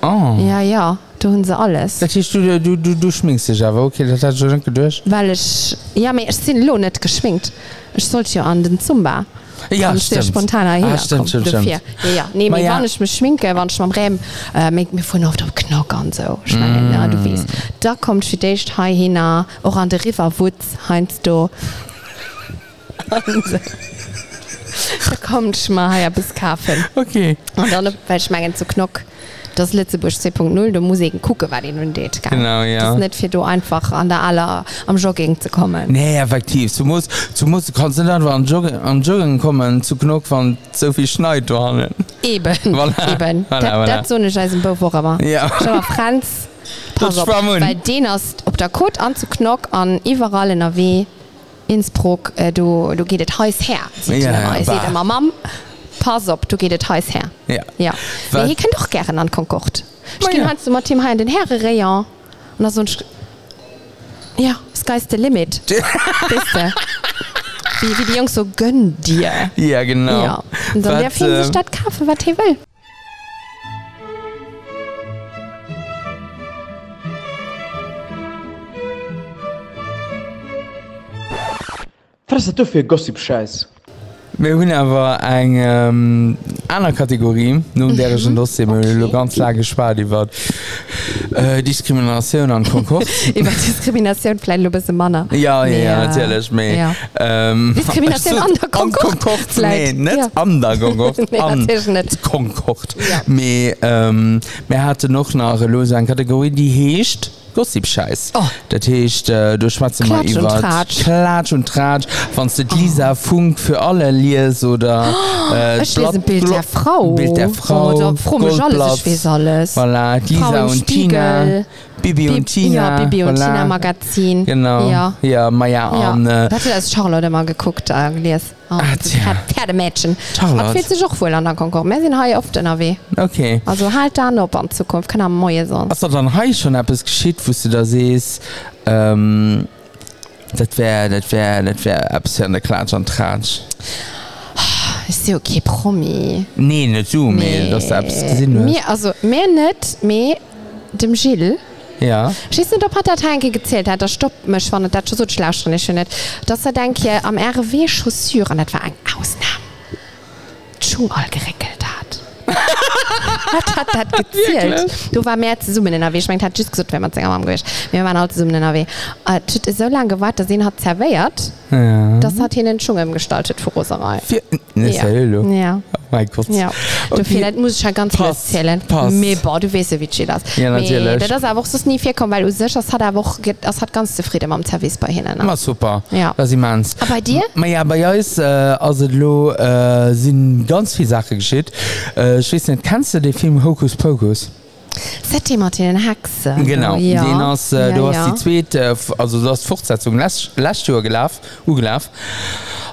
Speaker 2: oh.
Speaker 3: Ja, ja, da haben sie alles.
Speaker 2: Das heißt, du, du, du, du schminkst dich aber, okay, das hat schon nicht gedacht.
Speaker 3: Weil ich, ja, aber ich bin lo nicht geschminkt. Ich sollte ja an den Zumba.
Speaker 2: Ja,
Speaker 3: Kommst du
Speaker 2: stimmt.
Speaker 3: spontan dahin.
Speaker 2: Ah, stimmt,
Speaker 3: Komm,
Speaker 2: stimmt,
Speaker 3: du
Speaker 2: stimmt.
Speaker 3: vier. Ja, ja. Nee,
Speaker 2: Ma
Speaker 3: mir
Speaker 2: ja.
Speaker 3: ja. wann ich mich schminke, wann ich mal Bremen, äh, mir mir vorhin auf den Knocker und so. Ich meine, mm. ja, du weißt. Da kommt für dich hier hin, auch an der River Woods, Heinz, du. da kommt ich mal hier bis Kaffee.
Speaker 2: Okay.
Speaker 3: Und dann, weil ich meine, zu Knock, das Litzeburg 2.0, da muss ich gucken, was ich nun date kann.
Speaker 2: Genau, ja.
Speaker 3: Das ist nicht für du einfach an der Aller am Jogging zu kommen.
Speaker 2: Nee, effektiv. Du musst, du musst konstant am Joggen, am Joggen kommen, zu genug von so viel Schneid dran.
Speaker 3: Eben,
Speaker 2: Voilà,
Speaker 3: eben.
Speaker 2: voilà,
Speaker 3: das,
Speaker 2: voilà.
Speaker 3: das so eine Scheiße im Bewohner war.
Speaker 2: Ja.
Speaker 3: Schau mal, Franz,
Speaker 2: Das
Speaker 3: pass auf,
Speaker 2: war mein.
Speaker 3: weil den hast, ob der Code anzuknock an überall in der W, Innsbruck äh, du, du gehtt heiß her
Speaker 2: Ja, ja, bah.
Speaker 3: immer Mam Pass op du gehtt heiß her
Speaker 2: Ja.
Speaker 3: ja.
Speaker 2: Was-
Speaker 3: Nee, ich kann doch gerne an Konkord
Speaker 2: Ma ja.
Speaker 3: du mal halt Team in den Herre Rayon und da so ein Schri- ja sky's the limit Weißt du? wie, wie die Jungs so gönn dir
Speaker 2: Ja, genau.
Speaker 3: ja. und dann der
Speaker 2: Was,
Speaker 3: finden
Speaker 2: ähm,
Speaker 3: sich Stadt Kaffee was er will
Speaker 5: Was ist das für Gossip-Scheiß?
Speaker 2: Wir hunn awer eng ähm, aner Kategorie nun
Speaker 3: Mhm.
Speaker 2: derschen Los lo ganz la gespart iwwer äh, Diskriminatioun an Konkurs.
Speaker 3: über Diskrimination vielleicht nur ein bisschen Manner
Speaker 2: Ja, ja,
Speaker 3: Nee,
Speaker 2: ja,
Speaker 3: äh,
Speaker 2: natürlich mehr.
Speaker 3: ja.
Speaker 2: Ähm,
Speaker 3: Diskrimination an der Konkord.
Speaker 2: Nee,
Speaker 3: Vielleicht,
Speaker 2: nicht
Speaker 3: ja.
Speaker 2: an der Konkord.
Speaker 3: Nee,
Speaker 2: an
Speaker 3: natürlich nicht.
Speaker 2: Konkord.
Speaker 3: Ja.
Speaker 2: Mehr, ähm, mehr hatte noch nach äh, Lose eine Kategorie, die heischt Gossip-Scheiß.
Speaker 3: Oh.
Speaker 2: Das heißt, äh, du schmatzt immer
Speaker 3: Klatsch und
Speaker 2: über
Speaker 3: Tratsch. Oh.
Speaker 2: Klatsch und Tratsch. Wenn es Lisa Funk für alle liest oder äh,
Speaker 3: Ich lese ein
Speaker 2: Blatt-
Speaker 3: Bild der
Speaker 2: Blatt-
Speaker 3: Frau.
Speaker 2: Bild der Frau.
Speaker 3: Oh, da froh mich alles, ich
Speaker 2: Goldblatt.
Speaker 3: weiß alles.
Speaker 2: Voilà,
Speaker 3: Frau
Speaker 2: Lisa
Speaker 3: im
Speaker 2: und Tina.
Speaker 3: Spiegel.
Speaker 2: Bibi und Tina.
Speaker 3: Ja, Bibi und
Speaker 2: voilà.
Speaker 3: Tina Magazin.
Speaker 2: Genau.
Speaker 3: Ja.
Speaker 2: Ja, Maya
Speaker 3: Ja.
Speaker 2: an. Äh,
Speaker 3: Hatte das Charlotte mal geguckt, äh, gelesen. Oh,
Speaker 2: Ah,
Speaker 3: das
Speaker 2: tja.
Speaker 3: Pferd- Pferdemädchen.
Speaker 2: Charlotte.
Speaker 3: Das fühlt sich auch wohl an der Konkurs. Wir sind hier oft in der Weh.
Speaker 2: okay.
Speaker 3: Also halt da noch in Zukunft, kann am Moje sein.
Speaker 2: Also dann habe ich schon etwas geschieht, wo du da siehst, ähm, das wäre, das wäre, das wäre etwas an der Klatsch und Tratsch. Ah.
Speaker 3: Ist ja okay, Promi.
Speaker 2: Nee, nicht du, nee. das ist etwas gesehen ne? wird.
Speaker 3: Mir, also, mir nicht, mir dem Gilles.
Speaker 2: Ja.
Speaker 3: Schießt nicht, ob er das Tanke gezählt hat, das stoppt mich, wenn er das schon so schlecht ist, nicht. Dass er denkt, hier am RW Chaussure, und das war eine Ausnahme, die Schuhe all gereckelt hat. Was hat das gezählt? Du war mehr zusammen in der W. Ich meine, hat tschüss gesagt, wenn man es am gewesen Wir waren alle zusammen in der W. Äh, tut so lange gewartet, dass ihn hat zerwehrt,
Speaker 2: Ja.
Speaker 3: das hat ihn in den Dschungel gestaltet für Roserei.
Speaker 2: Vier, ne, ja. Hallo.
Speaker 3: ja.
Speaker 2: Oh mein Gott.
Speaker 3: Ja, okay. du, vielleicht muss ich ja ganz viel
Speaker 2: Pass,
Speaker 3: erzählen.
Speaker 2: pass.
Speaker 3: Mir, boah, du weißt ja, wie chill das.
Speaker 2: Ja,
Speaker 3: Mir,
Speaker 2: natürlich.
Speaker 3: Das ist einfach so nie viel kommen, weil du siehst, das hat er auch, ge- das hat ganz zufrieden am Service bei ihnen. Ne?
Speaker 2: Immer super,
Speaker 3: Ja.
Speaker 2: was ich meine.
Speaker 3: Aber bei dir?
Speaker 2: Ma ja, bei uns, äh, also lo, äh, sind ganz viele Sachen geschieht. Äh, ich weiß nicht, kennst du den Film Hocus Pocus?
Speaker 3: Seitdem hat er den Hexe.
Speaker 2: Genau,
Speaker 3: ja.
Speaker 2: den hast, äh,
Speaker 3: ja,
Speaker 2: du hast
Speaker 3: ja.
Speaker 2: die zweite, äh, f- also du hast die Fortsetzung letztes Jahr gelaufen, gelaufen,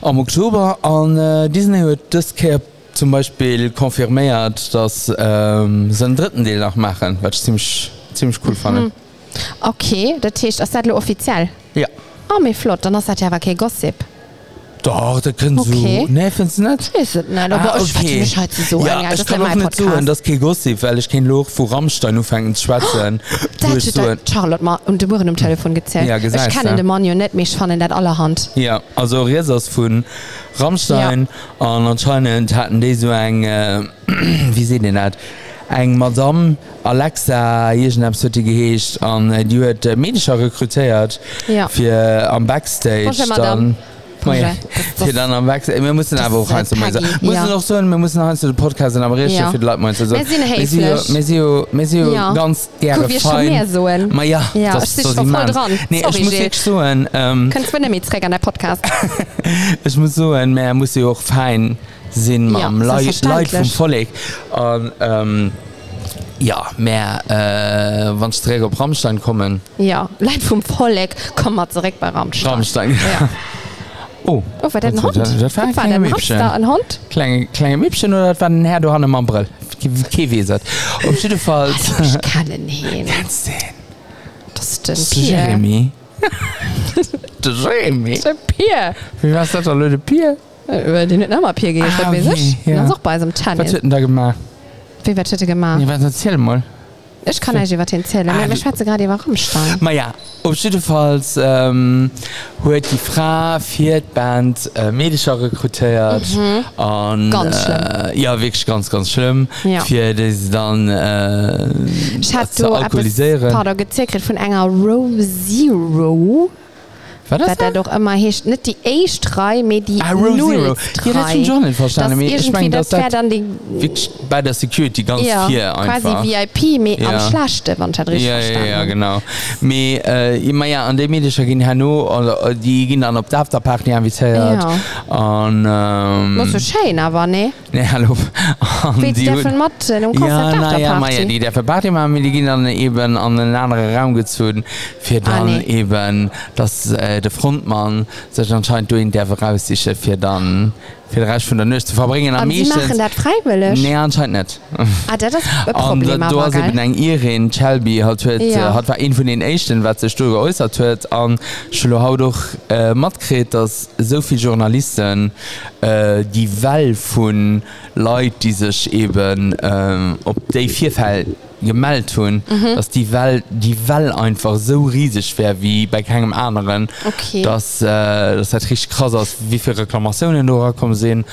Speaker 2: am Oktober und äh, Disney hat das Cap zum Beispiel konfirmiert, dass ähm, sie einen dritten Teil noch machen, was ich ziemlich, ziemlich cool fand.
Speaker 3: Mhm. Okay, das heißt, das ist lo offiziell.
Speaker 2: Ja.
Speaker 3: Oh, mir flott, dann hast du ja aber kein Gossip.
Speaker 2: Doch, da können sie.
Speaker 3: Okay.
Speaker 2: Ne, findest du nicht?
Speaker 3: Ist es nicht, aber ich fasse mich halt so an, ja,
Speaker 2: Ah, ja,
Speaker 3: das
Speaker 2: ich
Speaker 3: ist
Speaker 2: kann
Speaker 3: ja
Speaker 2: auch
Speaker 3: mein
Speaker 2: nicht zuhören,
Speaker 3: Podcast.
Speaker 2: das ist kein Gossip, weil ich kein Loch von Rammstein anfangen zu schwätzen. Wo
Speaker 3: Das
Speaker 2: ich
Speaker 3: hat
Speaker 2: so-
Speaker 3: er- Charlotte mal und die Buren im Telefon gezählt.
Speaker 2: Ja, gesagt,
Speaker 3: ich
Speaker 2: ja.
Speaker 3: kenne den Mann ja nicht, mich fand ihn das allerhand.
Speaker 2: Ja, also Resas von Rammstein ja. und anscheinend hatten die so ein, äh, wie sehen die das? Ein Madame Alexa, irgendwas hat die geheischt und äh, die hat äh, Medischer rekrutiert
Speaker 3: Ja.
Speaker 2: für äh, am Backstage.
Speaker 3: Bonjour,
Speaker 2: dann,
Speaker 3: Madame.
Speaker 2: Ma ja,
Speaker 3: Bonjour. Das-
Speaker 2: für dann am Backstage. Wir müssen
Speaker 3: das
Speaker 2: aber auch
Speaker 3: ist, äh,
Speaker 2: eins zu meinen.
Speaker 3: Peggy,
Speaker 2: Wir müssen
Speaker 3: ja.
Speaker 2: auch so, wir müssen noch eins zu den Podcast in Amerika
Speaker 3: Ja.
Speaker 2: für die Leute meinen. Also,
Speaker 3: Wir sind
Speaker 2: Wir
Speaker 3: höflich.
Speaker 2: sind wir sind- wir sind
Speaker 3: Ja.
Speaker 2: ganz gerne
Speaker 3: Guck, wir schon mehr so ein.
Speaker 2: Ma ja,
Speaker 3: Ja,
Speaker 2: das
Speaker 3: ich bin
Speaker 2: so
Speaker 3: schon
Speaker 2: die
Speaker 3: voll
Speaker 2: Mann.
Speaker 3: dran.
Speaker 2: Nee, ich
Speaker 3: Sorry,
Speaker 2: muss
Speaker 3: Gilles.
Speaker 2: wirklich so ein... Ähm,
Speaker 3: Könntest du mir nicht mitträgen an der Podcast?
Speaker 2: Ich muss so ein, man muss ja auch fein sein mit
Speaker 3: Ja,
Speaker 2: dem Leid, Leid
Speaker 3: selbstverständlich.
Speaker 2: vom Volk. Und, ähm, ja, mehr, äh, wenn es Träger auf Rammstein kommen.
Speaker 3: ja, Leid vom Volleck, komm mal zurück bei Rammstein.
Speaker 2: Rammstein.
Speaker 3: Ja.
Speaker 2: Oh,
Speaker 3: Oh, war das ein Hund?
Speaker 2: Das, das war ein
Speaker 3: war der
Speaker 2: kleiner
Speaker 3: Hamster
Speaker 2: Mäppchen.
Speaker 3: ein Hund?
Speaker 2: Kleine, kleine Mäppchen oder das war ein Herr Johannes Mambrell? Gewesen. Auf jeden Fall.
Speaker 3: Also, Ich kann ihn hin.
Speaker 2: Kennst du den?
Speaker 3: Das ist ein Pier.
Speaker 2: Jeremy. Der Jeremy?
Speaker 3: Das ist ein Pier.
Speaker 2: Wie war das, der Leute Pier?
Speaker 3: Äh, Über den nicht nochmal Pier gehst,
Speaker 2: Ah,
Speaker 3: ah, weiß ich.
Speaker 2: okay, ja.
Speaker 3: Das ist auch bei so einem
Speaker 2: Was
Speaker 3: Tannis.
Speaker 2: hat denn da gemacht?
Speaker 3: Wie wird das gemacht?
Speaker 2: Nee, was erzähl mal.
Speaker 3: Ich kann euch was erzählen.
Speaker 2: Ah,
Speaker 3: Ah,
Speaker 2: du-
Speaker 3: ich schwätze gerade über Rammstein.
Speaker 2: Ma ja op Südfalls ähm, huet die Fra Viband äh, medischer rekrutéiert an
Speaker 3: Mhm. Ganz
Speaker 2: äh, ja wirklich ganz ganz schlimm
Speaker 3: Ja.
Speaker 2: fir dann äh,
Speaker 3: Ich hatte
Speaker 2: zu alkoholiseieren
Speaker 3: Pardon, gezirkelt von einer Row Zero.
Speaker 2: War das
Speaker 3: Was da
Speaker 2: das?
Speaker 3: doch immer heißt. Nicht die A3, mehr die
Speaker 2: Ah, Row Zero.
Speaker 3: Null.
Speaker 2: Ja, das hab ich auch nicht verstanden.
Speaker 3: Das
Speaker 2: Ich
Speaker 3: irgendwie,
Speaker 2: mein,
Speaker 3: das
Speaker 2: dass
Speaker 3: wäre
Speaker 2: das-
Speaker 3: dann die...
Speaker 2: Wirklich bei der Security ganz
Speaker 3: Ja,
Speaker 2: hier einfach
Speaker 3: quasi VIP, mehr
Speaker 2: Ja.
Speaker 3: am schlechten, wenn ich das richtig
Speaker 2: ja, ja,
Speaker 3: verstanden
Speaker 2: ja
Speaker 3: habe.
Speaker 2: genau Me, äh, immer ja an de medischer gin Hanno oder die gin an op Dafterpark inviiert an
Speaker 3: Muss so
Speaker 2: ähm,
Speaker 3: schön, aber ne?
Speaker 2: nee, hallo An
Speaker 3: Wie
Speaker 2: die
Speaker 3: die
Speaker 2: hun-
Speaker 3: von Motten und
Speaker 2: Ja, naja, Maja,
Speaker 3: Konzertparty.
Speaker 2: die der Verbat immer mit die Kindern eben an einen anderen Raum gezogen, für
Speaker 3: Ah,
Speaker 2: dann
Speaker 3: nee.
Speaker 2: eben das äh, äh, der Frontmann sech anscheinend du in der voraussiche fir äh, dann fir recht vun der Nøch zu verbringen
Speaker 3: Und sie machen das freiwillig.
Speaker 2: Nee anscheinend net.
Speaker 3: Ah, das ist ein Problem, aber geil.
Speaker 2: eng Irin Shelby hat huet
Speaker 3: Ja.
Speaker 2: ja. hat war een vun den Echten wat ze Stu geäusert huet an Schlo haut doch äh, matkret dass sovi Journalisten äh, die Well vun Leiit die sech eben ähm, op déi Vifall gemeldt hun mhm. dass die Welt die Well einfach so riesig wär wie bei keinem anderen
Speaker 3: Okay.
Speaker 2: dass äh, das hat richtig krass aus wie viele Reklamationen da kommen sehen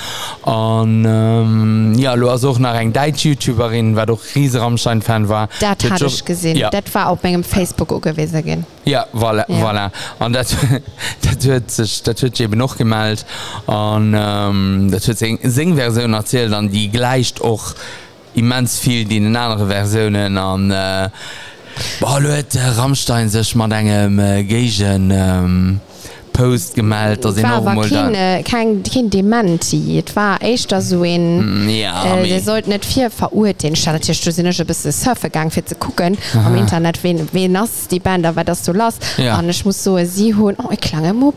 Speaker 2: und ähm, ja du hast auch nach ein Deutsch YouTuberin war doch riesig Rammstein Fan war
Speaker 3: Das
Speaker 2: Der
Speaker 3: hatte
Speaker 2: Jo-
Speaker 3: ich gesehen.
Speaker 2: ja,
Speaker 3: Das war auf meinem Facebook auch gewesen. gehen.
Speaker 2: ja voilà,
Speaker 3: Ja.
Speaker 2: ja. voilà. und das das wird sich das wird eben noch gemalt und ähm, das wird sing Singversion erzählt dann die gleicht auch immens viel die in andere Versionen an äh, Boah, du hätt, äh, Rammstein sech mat engem äh, Gegen ähm, Post gemeldt, dats
Speaker 3: war aber
Speaker 2: enorm
Speaker 3: keine, kein, kein Dementi. Es war echt so ein.
Speaker 2: Ja,
Speaker 3: Äh,
Speaker 2: mei.
Speaker 3: wir sollten nicht viel verurteilen. Ich hatte natürlich schon ein bisschen surfen gegangen, für zu gucken am Internet, wen, wen hast die Band, aber das so los.
Speaker 2: Ja.
Speaker 3: Und ich muss so sie holen. Oh, ich klang im Mupp.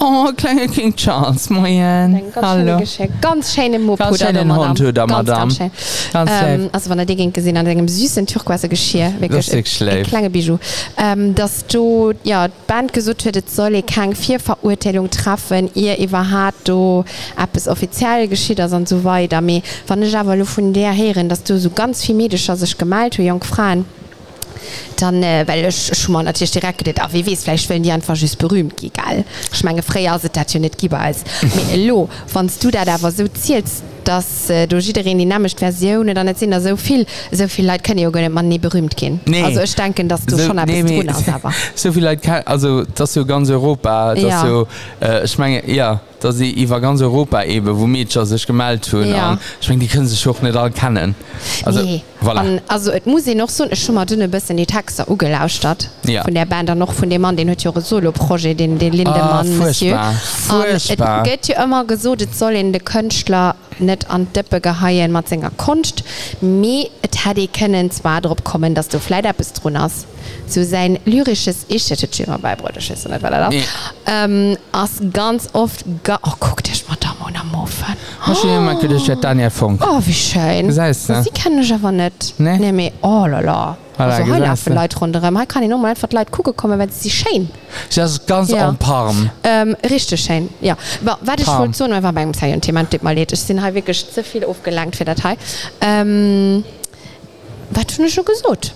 Speaker 2: Oh, kleine King Charles, moin. Hallo.
Speaker 3: Ganz schöne Mupp.
Speaker 2: Ganz
Speaker 3: oder,
Speaker 2: schönen Hund, oder, Madame.
Speaker 3: Ganz, ganz schön.
Speaker 2: Ganz
Speaker 3: ähm,
Speaker 2: lieb.
Speaker 3: also wenn er den gesehen hat einem süßen türquoise Geschirr wirklich
Speaker 2: Lustig
Speaker 3: ein- ein
Speaker 2: schleif.
Speaker 3: kleine Bijou ähm, dass du ja die Band gesucht hättet soll ich keine vier Verurteilung treffen ihr über hart du ab es offiziell geschieht also und so weiter aber wenn ich aber nur von der Herren dass du so ganz viel medischer sich gemalt hast, jung Frauen dann äh, weil ich schon mal natürlich direkt gedacht ah, wie weiß vielleicht wollen die einfach just berühmt gehen, egal ich meine freier sind das ja nicht gibt als lo wenn du da aber so zielst dass äh, durch jede dynamische Version dann sind da so viel so viel Leute können ja gar nicht man nie berühmt gehen
Speaker 2: Nee.
Speaker 3: also ich denke dass du so, schon ein
Speaker 2: nee,
Speaker 3: bisschen
Speaker 2: nee.
Speaker 3: tun hast, aber
Speaker 2: so viel Leute kann, also dass so ganz Europa dass
Speaker 3: Ja.
Speaker 2: ja. so äh, ich meine ja dass sie über ganz Europa eben wo Mädchen sich gemeldet tun
Speaker 3: Ja.
Speaker 2: und ich meine die können sich auch nicht alle kennen also
Speaker 3: nee.
Speaker 2: voilà.
Speaker 3: Und, also et muss ich noch so schon mal dünne bis in die Taxe ugelauscht hat
Speaker 2: Ja.
Speaker 3: von der Band dann noch von dem Mann den hört Soloprojekt den den
Speaker 2: Ah,
Speaker 3: Lindemann
Speaker 2: furchtbar, furchtbar.
Speaker 3: geht ja immer gesucht et soll in de Könler net an Deppe geheien Matzinger Kunst me hätte kennen zwar drauf kommen dass du Fleider bist run hast zu sein lyrisches ich hätte Jimmer beibrütische nicht weil er
Speaker 2: Nee.
Speaker 3: ähm, as ganz oft ga oh guck dir mal da mal am Ofen
Speaker 2: Hast du jemanden gedacht, der Daniel Funk
Speaker 3: Oh, wie schön.
Speaker 2: Gesäist, ne?
Speaker 3: Sie kennen ich aber nicht.
Speaker 2: Ne?
Speaker 3: Nee, mehr. Oh, la, la.
Speaker 2: Voilà,
Speaker 3: Also, heute
Speaker 2: gesäist,
Speaker 3: laufen
Speaker 2: ne?
Speaker 3: Leute runter. Heute kann ich nur mal einfach Leute gucken kommen, wenn sie schön.
Speaker 2: das ist ganz
Speaker 3: Ja.
Speaker 2: ja. en Parm
Speaker 3: Ähm, richtig schön, ja. Aber was ich
Speaker 2: Pam.
Speaker 3: wollte sagen, weil wir ne, beim Zeilen-Thema nicht mal lädt. Ich bin halt wirklich zu viel aufgelangt für das Teil. Ähm, was hast du schon gesagt?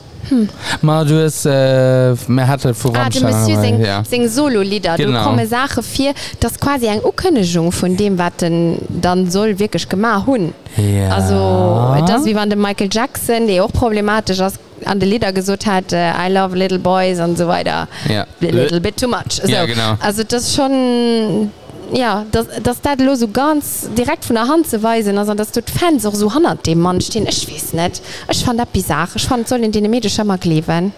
Speaker 2: mal du ist äh, mehr hatte vor
Speaker 3: Ah, du musst
Speaker 2: Rammstein,
Speaker 3: singen,
Speaker 2: ja.
Speaker 3: ja. singen Solo-Lieder. Du
Speaker 2: Genau.
Speaker 3: kommst Sache 4, das ist quasi eine Ankündigung von dem, was denn dann soll wirklich gemacht haben.
Speaker 2: Ja.
Speaker 3: Also, das wie wenn der Michael Jackson, der auch problematisch ist, an den Lieder gesagt hat, äh, I love little boys und so weiter.
Speaker 2: Ja.
Speaker 3: A little bit too much. So.
Speaker 2: Ja, genau.
Speaker 3: Also, das ist schon, ja, dass das, das lo so ganz direkt von der Hand zu weisen, also dass du die Fans auch so hannert dem Mann stehen, ich weiß nicht. Ich fand das bizarr. Ich fand, soll in den Medien mal leben.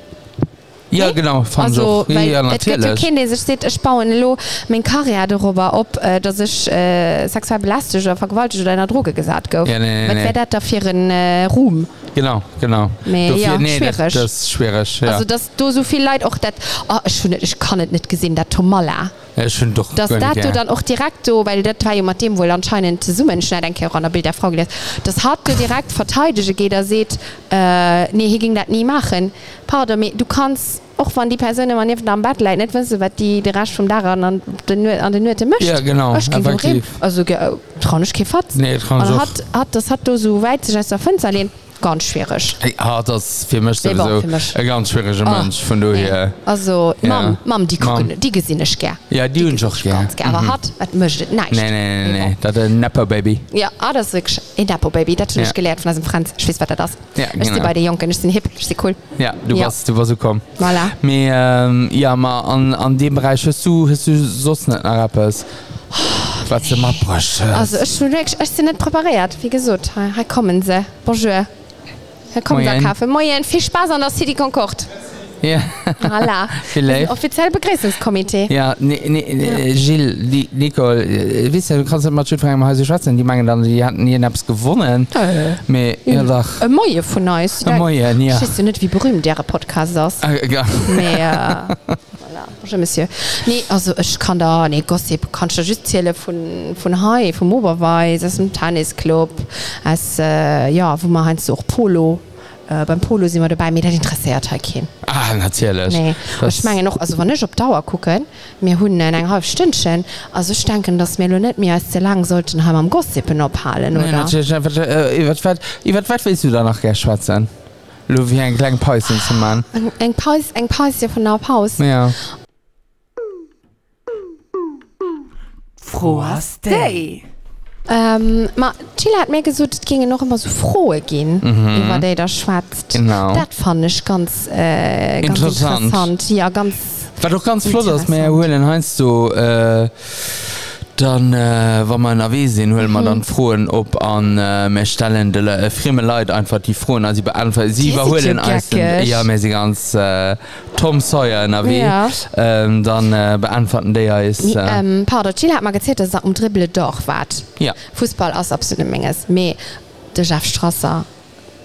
Speaker 2: ja genau fand ich
Speaker 3: Also,
Speaker 2: auch.
Speaker 3: weil
Speaker 2: ja,
Speaker 3: es gibt ja
Speaker 2: natürlich
Speaker 3: Kinder, die sich sehen, ich baue lo mein Karriere darüber, ob äh, dass ich äh, sexuell belastet oder vergewaltigt oder einer Droge gesagt habe.
Speaker 2: Ja, nee, nee,
Speaker 3: Was
Speaker 2: nee.
Speaker 3: wäre das da für ein äh, Ruhm?
Speaker 2: genau genau
Speaker 3: Nee,
Speaker 2: Dafür-
Speaker 3: ja,
Speaker 2: das,
Speaker 3: schwierig.
Speaker 2: das ist schwierig ja.
Speaker 3: Ja. Also, dass du so viel Leid auch das, oh, ich, finde, ich kann es nicht gesehen, das Tomala.
Speaker 2: ja, schon doch
Speaker 3: Dass
Speaker 2: gönnt,
Speaker 3: das
Speaker 2: ja.
Speaker 3: du dann auch direkt, so, weil das war ja mit dem wohl anscheinend zusammen, ich denke auch an der Bild der Frau gelesen, das hat du direkt verteidigen, jeder sieht, äh, nee, hier ging das nie machen. Pardon, me, du kannst, auch wenn die Person immer neben am Bett liegt, nicht wissen, was die der Rest vom daran an den, an den Nöte möchte.
Speaker 2: Ja, genau,
Speaker 3: Ich gebe
Speaker 2: effektiv.
Speaker 3: dem, also, ge- äh, trau nicht kein Fatz.
Speaker 2: Nee, trau nicht
Speaker 3: Und
Speaker 2: auch.
Speaker 3: hat, hat, das hat du so weit sich aus der Fenster lehnt, ganz schwierig.
Speaker 2: Ey, ah, das für mich
Speaker 3: Selber,
Speaker 2: sowieso
Speaker 3: für mich.
Speaker 2: ein ganz schwieriger
Speaker 3: Ah,
Speaker 2: Mensch von du
Speaker 3: nee.
Speaker 2: hier
Speaker 3: Also,
Speaker 2: Ja.
Speaker 3: Mam, Mam, die gucken,
Speaker 2: Mam.
Speaker 3: die gesehen ich gern.
Speaker 2: Ja, die und auch gern.
Speaker 3: Ganz gern, aber hat, das möchte ich nicht.
Speaker 2: Nee, nee, nee, nee.
Speaker 3: Genau.
Speaker 2: Das ist ein Napper, Baby.
Speaker 3: Ja, ah, das ist wirklich in der Baby, das habe ich
Speaker 2: Ja.
Speaker 3: gelernt von diesem Franz. Ich weiß, was das ist.
Speaker 2: Ja,
Speaker 3: Ich bin
Speaker 2: genau.
Speaker 3: bei den Jungen, ich bin hip, ich bin cool.
Speaker 2: Ja, du
Speaker 3: Ja.
Speaker 2: warst, du warst so komm.
Speaker 3: Voilà.
Speaker 2: Me, ähm, ja, mal an, an dem Bereich hast du, hast du sonst nicht noch etwas? Was du mal brauchst.
Speaker 3: Also, ich bin wirklich, ich bin nicht präpariert, wie gesagt. Hier kommen sie. Bonjour. Hier kommen sie,
Speaker 2: Moin.
Speaker 3: Kaffee. Moin, viel Spaß an der City Concord.
Speaker 2: Ja.
Speaker 3: Voilà.
Speaker 2: Vielleicht.
Speaker 3: Offiziell Begrüßungskomitee.
Speaker 2: Ja, nee, nee, nee, Gilles, die, Nicole, äh, wisst ihr, du kannst immer schön fragen, wie sie schwatzen. Die meinen dann, die hatten hier Naps gewonnen.
Speaker 3: Äh.
Speaker 2: Mir, ihr doch.
Speaker 3: E Moie vun neus
Speaker 2: Ein Moje, ja.
Speaker 3: du net wie berühmt derre Podcast ass
Speaker 2: Ah, ja.
Speaker 3: euh, monsieur Nee also ech kann da ne Gossip kann justziele vun vun Hai vum Oberweis ass dem Tannisclub as äh, ja wo man han soch Polo äh, beim Polo si immer dabei mir dat interesseiert ha kin
Speaker 2: Ah, natürlich.
Speaker 3: Nee
Speaker 2: Das-
Speaker 3: ich meine noch also wann ich op Dauer gucken mir hun eng halb Stündchen also ich denken dass mir net mir als ze lang sollten haben am Gossipen ophalen
Speaker 2: Nee,
Speaker 3: oder
Speaker 2: natürlich, einfach, äh, Iwat wat- iwat wat willst du da noch gerne schwatzen? Lu, wie einen kleinen Päuschen zu machen.
Speaker 3: eng eng Paus eng Pause von der Pause
Speaker 2: Ja.
Speaker 1: Frohes Day.
Speaker 3: Ähm, ma, Chile hat mir gesucht, es ginge noch immer so frohe gehen, mhm. über der da schwatzt.
Speaker 2: Genau.
Speaker 3: Das fand ich ganz, äh, ganz
Speaker 2: Interessant.
Speaker 3: interessant. interessant. Ja, ganz.
Speaker 2: War doch ganz flott, dass wir
Speaker 3: Interessant.
Speaker 2: holen, heißt du, äh, dann, äh, wenn wir in der Weh sind, holen
Speaker 3: Mhm.
Speaker 2: wir dann Frauen ob an, äh, wir stellen die Le- äh, fremde Leute einfach die Frauen, also sie beantworten, sie
Speaker 3: Die sind
Speaker 2: überholen
Speaker 3: ja
Speaker 2: uns. und-
Speaker 3: geckig.
Speaker 2: Ja, wir sind ganz, äh, Tom Sawyer in der Weh.
Speaker 3: Ja.
Speaker 2: Ähm, dann, äh, beantworten die uns,
Speaker 3: Mi-
Speaker 2: äh,
Speaker 3: Ähm, pardon, Chile hat mal gezählt, dass er um Dribble doch wart.
Speaker 2: ja.
Speaker 3: Fußball aus absolute Menge. Me, der Jeff Strasser,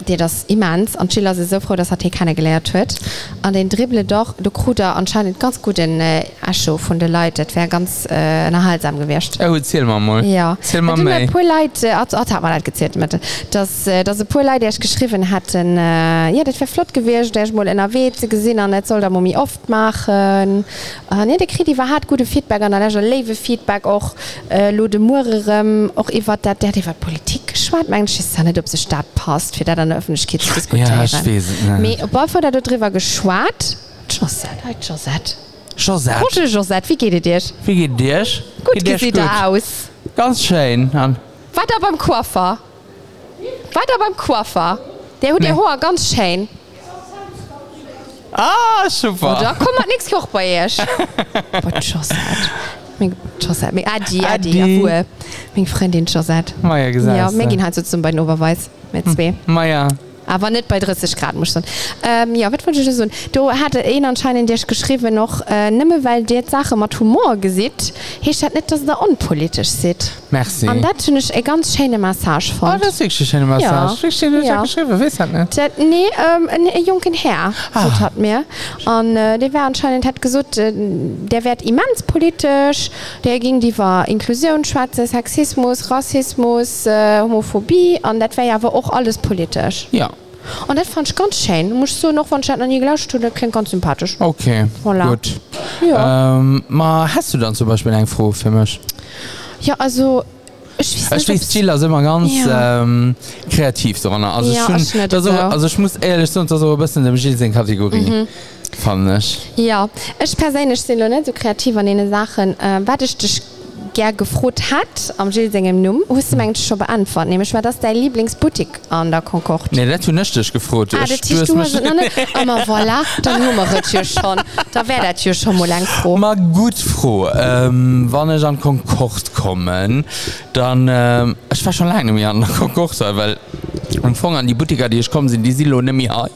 Speaker 3: der das immens. Und Chile ist so froh, dass er hier keine gelehrt hat. An den Dribble doch, du kriegst da anscheinend ganz gut den äh, Ascho von den Leuten. Das wäre ganz äh, erhaltsam gewesen.
Speaker 2: Oh, erzähl mal mal.
Speaker 3: Ja.
Speaker 2: Erzähl mal
Speaker 3: Hat immer
Speaker 2: mehr.
Speaker 3: pur Leid, äh, hat, hat man halt gezählt mit, dass, äh, dass pur Leid, der ich geschrieben hatten, äh, ja, das wäre flott gewesen, der ich mal in der Weze gesehen habe, das soll der Mami oft machen. Äh, nee, der kriegt die war hart gute Feedback und dann hat er leve Feedback auch, äh, Lode Murerem, auch über das, der hat über Politik geschwatzt, manchmal ist ja nicht, ob es Staat passt, für das dann in der Öffentlichkeit zu diskutieren.
Speaker 2: Ja, ich weiß es nicht.
Speaker 3: Me, obwohl wir da drüber geschwatzt, Josette, hey, Josette.
Speaker 2: Josette,
Speaker 3: Gute Josette, wie geht es dir?
Speaker 2: wie geht dir's?
Speaker 3: Gut
Speaker 2: Geht dir's
Speaker 3: sieht er aus.
Speaker 2: Ganz schön. An.
Speaker 3: Weiter beim Koffer. Weiter beim Koffer. Der hat
Speaker 2: Nee.
Speaker 3: nee. Haar ganz schön.
Speaker 2: Ah, super.
Speaker 3: Da kommt nichts hoch bei ihr. Aber Josette. Mein Josette. Mein Adi,
Speaker 2: Adi.
Speaker 3: Adi, Adi. Meine Freundin Josette.
Speaker 2: Mal ja gesagt.
Speaker 3: Ja,
Speaker 2: so. Hm.
Speaker 3: mir gehen halt so zum beiden Oberweis mit zwei.
Speaker 2: Mal ja.
Speaker 3: Aber nicht bei 30 Grad muss schon. Ähm, ja, was wollte ich so? Du hatte ihn anscheinend dir geschrieben noch, äh, nimme, weil dir die Sache mit Humor gesieht. Ich hat nicht, dass er unpolitisch sieht.
Speaker 2: Merci.
Speaker 3: Und das finde ich eine ganz schöne Massage von.
Speaker 2: Oh, das ist wirklich eine schöne
Speaker 3: Ja.
Speaker 2: Massage. Richtig schön, ja.
Speaker 3: Ja.
Speaker 2: geschrieben, weißt du das nicht?
Speaker 3: Dat, nee, ähm, ein, ein jungen Herr ah. hat mir. Und äh, der war anscheinend hat gesagt, äh, der wird immens politisch. Der ging die war Inklusion, schwarzer Sexismus, Rassismus, äh, Homophobie. Und das wäre ja aber auch alles politisch.
Speaker 2: Ja.
Speaker 3: Und das fand ich ganz schön. Muss so noch von Stadt an die Glasstunde klingt ganz sympathisch.
Speaker 2: Okay.
Speaker 3: Voilà.
Speaker 2: Gut.
Speaker 3: Ja. Äh.
Speaker 2: Ähm, mal, hast du dann zum Beispiel einen Froh für mich?
Speaker 3: ja, also ich weiß
Speaker 2: Ich
Speaker 3: nicht,
Speaker 2: weiß,
Speaker 3: ob's-
Speaker 2: Chila ist immer ganz
Speaker 3: Ja.
Speaker 2: ähm, kreativ. So, ne? also,
Speaker 3: Ja, ich
Speaker 2: schon,
Speaker 3: nicht
Speaker 2: das so.
Speaker 3: so.
Speaker 2: also ich muss ehrlich sagen, das ist so ein bisschen in der Gilles-Kategorie. Mhm. Fand ich.
Speaker 3: Ja, ich persönlich bin noch nicht so kreativ an den Sachen. Äh, was ich dich gerne gefragt hat am Gilsing im Num, hast du mir eigentlich schon beantwortet. Nämlich war das dein Lieblingsboutique an der Concorde.
Speaker 2: Nee, das hast du nicht gefroht.
Speaker 3: Ah, das Tisch, du hast es noch nicht. Ah, Aber voilà, dann haben wir das hier schon. Da wäre das hier schon mal lang froh.
Speaker 2: mal gut froh ähm, wann ich an Konkord kommen dann ähm, ich war schon lange mir an der Konkord weil am Anfang an die Butiker die ich komme sind die Silo nimm ich ein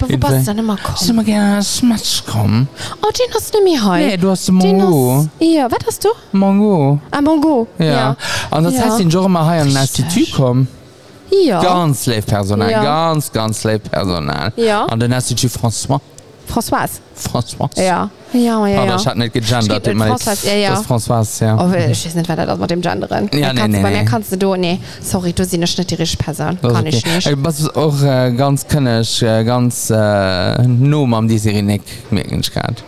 Speaker 3: Wo bist du dann immer
Speaker 2: ich
Speaker 3: kommen?
Speaker 2: immer gerne Smatsch kommen
Speaker 3: Oh, den hast du nämlich heute.
Speaker 2: nee du hast
Speaker 3: den
Speaker 2: Mongo
Speaker 3: hast, Ja, was hast du?
Speaker 2: Mongo
Speaker 3: Ah, Mongo.
Speaker 2: ja, ja. und das ja.
Speaker 3: Ja.
Speaker 2: heißt den Jorma hier an das
Speaker 3: Richtig.
Speaker 2: Institut kommen
Speaker 3: Ja.
Speaker 2: ganz lieb Personal ja.
Speaker 3: Ja.
Speaker 2: ganz ganz lieb Personal
Speaker 3: Ja.
Speaker 2: und dann hast du François
Speaker 3: Françoise.
Speaker 2: François
Speaker 3: Ja. Ja, ja, ja.
Speaker 2: Pardon, ich hab nicht
Speaker 3: Steht
Speaker 2: gegendert
Speaker 3: mit
Speaker 2: immer.
Speaker 3: François, ja, ja.
Speaker 2: das François ja
Speaker 3: Oh, ich weiß nicht, was das mit dem Genderen.
Speaker 2: Ja,
Speaker 3: Da
Speaker 2: nee,
Speaker 3: kannst
Speaker 2: nee,
Speaker 3: du, bei
Speaker 2: nee.
Speaker 3: mir kannst du, nee, sorry, du siehst nicht die richtige Person.
Speaker 2: Das
Speaker 3: Kann
Speaker 2: ist
Speaker 3: ich nicht.
Speaker 2: Ey, was ist auch äh, ganz kennech äh, ganz äh, nom am die Sirenik mirgenkat.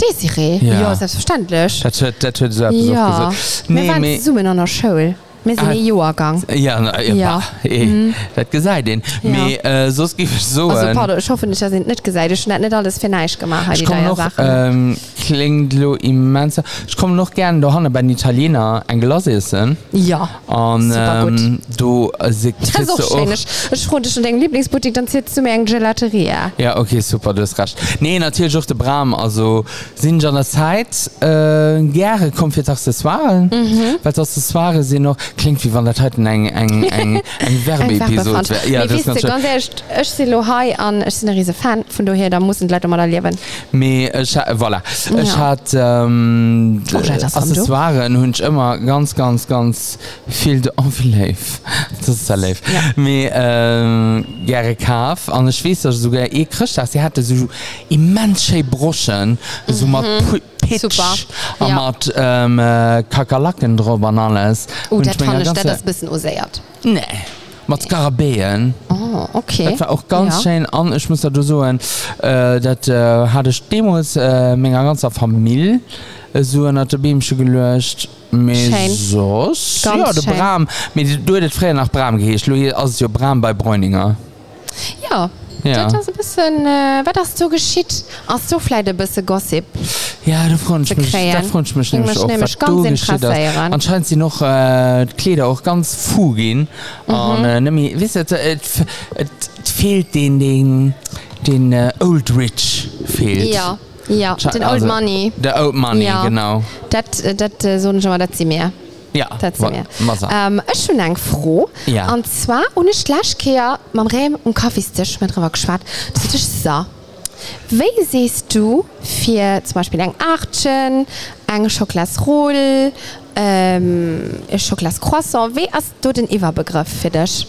Speaker 3: Desiree?
Speaker 2: Ja.
Speaker 3: Ja, ja selbstverständlich.
Speaker 2: Dat huet- dat huet so etwas
Speaker 3: Ja.
Speaker 2: aufgesagt.
Speaker 3: Wir
Speaker 2: Nee,
Speaker 3: waren
Speaker 2: me-
Speaker 3: zusammen an der Schule. Wir sind
Speaker 2: Ah.
Speaker 3: ah. in Jahrgang.
Speaker 2: Ja, na, ja,
Speaker 3: Ja. Mhm.
Speaker 2: bah, eh, dat geseit den
Speaker 3: Ja.
Speaker 2: Me, äh, sos gi so ähm,
Speaker 3: Also, pardon, ich hoffe, ich habe nicht gesagt, ich habe nicht alles für neisch gemacht, die
Speaker 2: Ich komme
Speaker 3: drei
Speaker 2: noch
Speaker 3: Sachen.
Speaker 2: ähm, klinglo immense Ich komme noch gern do hanne bei den Italiener en Glas essen
Speaker 3: ja.
Speaker 2: an
Speaker 3: Super gut.
Speaker 2: ähm, du äh, se-
Speaker 3: Das ist
Speaker 2: kriegst du
Speaker 3: auch schön. Ich, ich freue mich schon deine Lieblingsboutique, dann ziehst du mir eine Gelateria.
Speaker 2: Ja, okay, super, du hast recht. Nee, natürlich auch der Bram. Also, sind schon der Zeit, äh, gerne kommt für Accessoires. Mhm. Weil die Accessoires sind noch, klingt wie wann der heute eng eng eng eng Werbeepisode wär. ja, das ist natürlich-
Speaker 3: Ech an Ech sinn riese Fan vun du her da muss Leiit mal liewen.
Speaker 2: Me ich, ha- äh, voilà. ich
Speaker 3: Ja.
Speaker 2: hat ähm,
Speaker 3: Oh, ja, das haben du.
Speaker 2: Accessoiren hunsch immer ganz ganz ganz viel de Anlief Me Gerre Kaf ähm, an der Schwester sogar e christ sie hatte so immensche Broschen so mat Pu- Pitch
Speaker 3: Mhm. Super.
Speaker 2: an
Speaker 3: Ja.
Speaker 2: mat ähm, äh, Kakerlaken drüber an alles
Speaker 3: Oh,
Speaker 2: Und
Speaker 3: dat
Speaker 2: ich meine,
Speaker 3: fand ich
Speaker 2: ganze-
Speaker 3: dat das bisssen oséiert.
Speaker 2: nee mat Karabeen.
Speaker 3: Oh, okay.
Speaker 2: Dat war auch ganz ja.
Speaker 3: ja.
Speaker 2: schön an ich muss da so ein äh, dat äh, hatte ich Demos äh, menge ganzer Familie äh, so hat Bemsche gelöscht
Speaker 3: Schön. Ganz schön.
Speaker 2: Bram mit du hättet frei nach Bram gehecht aus jo Bram bei Bräuninger
Speaker 3: Ja.
Speaker 2: Ja.
Speaker 3: Ja. Das ein bisschen, äh, was das so geschieht, hast du vielleicht ein bisschen Gossip.
Speaker 2: ja du front
Speaker 3: Zu kreieren. Ich muss nämlich ganz interessieren.
Speaker 2: anscheinend sie noch äh, die Kleider auch ganz fu gehen mhm. äh, nämlich wisst ihr, äh, et f- et fehlt den den den äh, old rich fehlt
Speaker 3: Ja, ja,
Speaker 2: Scha-
Speaker 3: den Old Money.
Speaker 2: Der Old Money, ja.
Speaker 3: Ja.
Speaker 2: genau.
Speaker 3: Das, äh, das, äh, so ein Genre, das sie mehr.
Speaker 2: Ja,
Speaker 3: Das sie
Speaker 2: wa-
Speaker 3: mehr.
Speaker 2: Massa.
Speaker 3: Ähm, ich bin lang froh.
Speaker 2: Ja.
Speaker 3: Und zwar, ohne Schlaschkehr, mit Rehm und Kaffeestisch, mit drüber geschwatzt. Das ist so. Wie siehst du für zum Beispiel ein Artchen, ein Schokolasroll, ähm, ein Schokolascroissant? Wie hast du den Überbegriff für dich?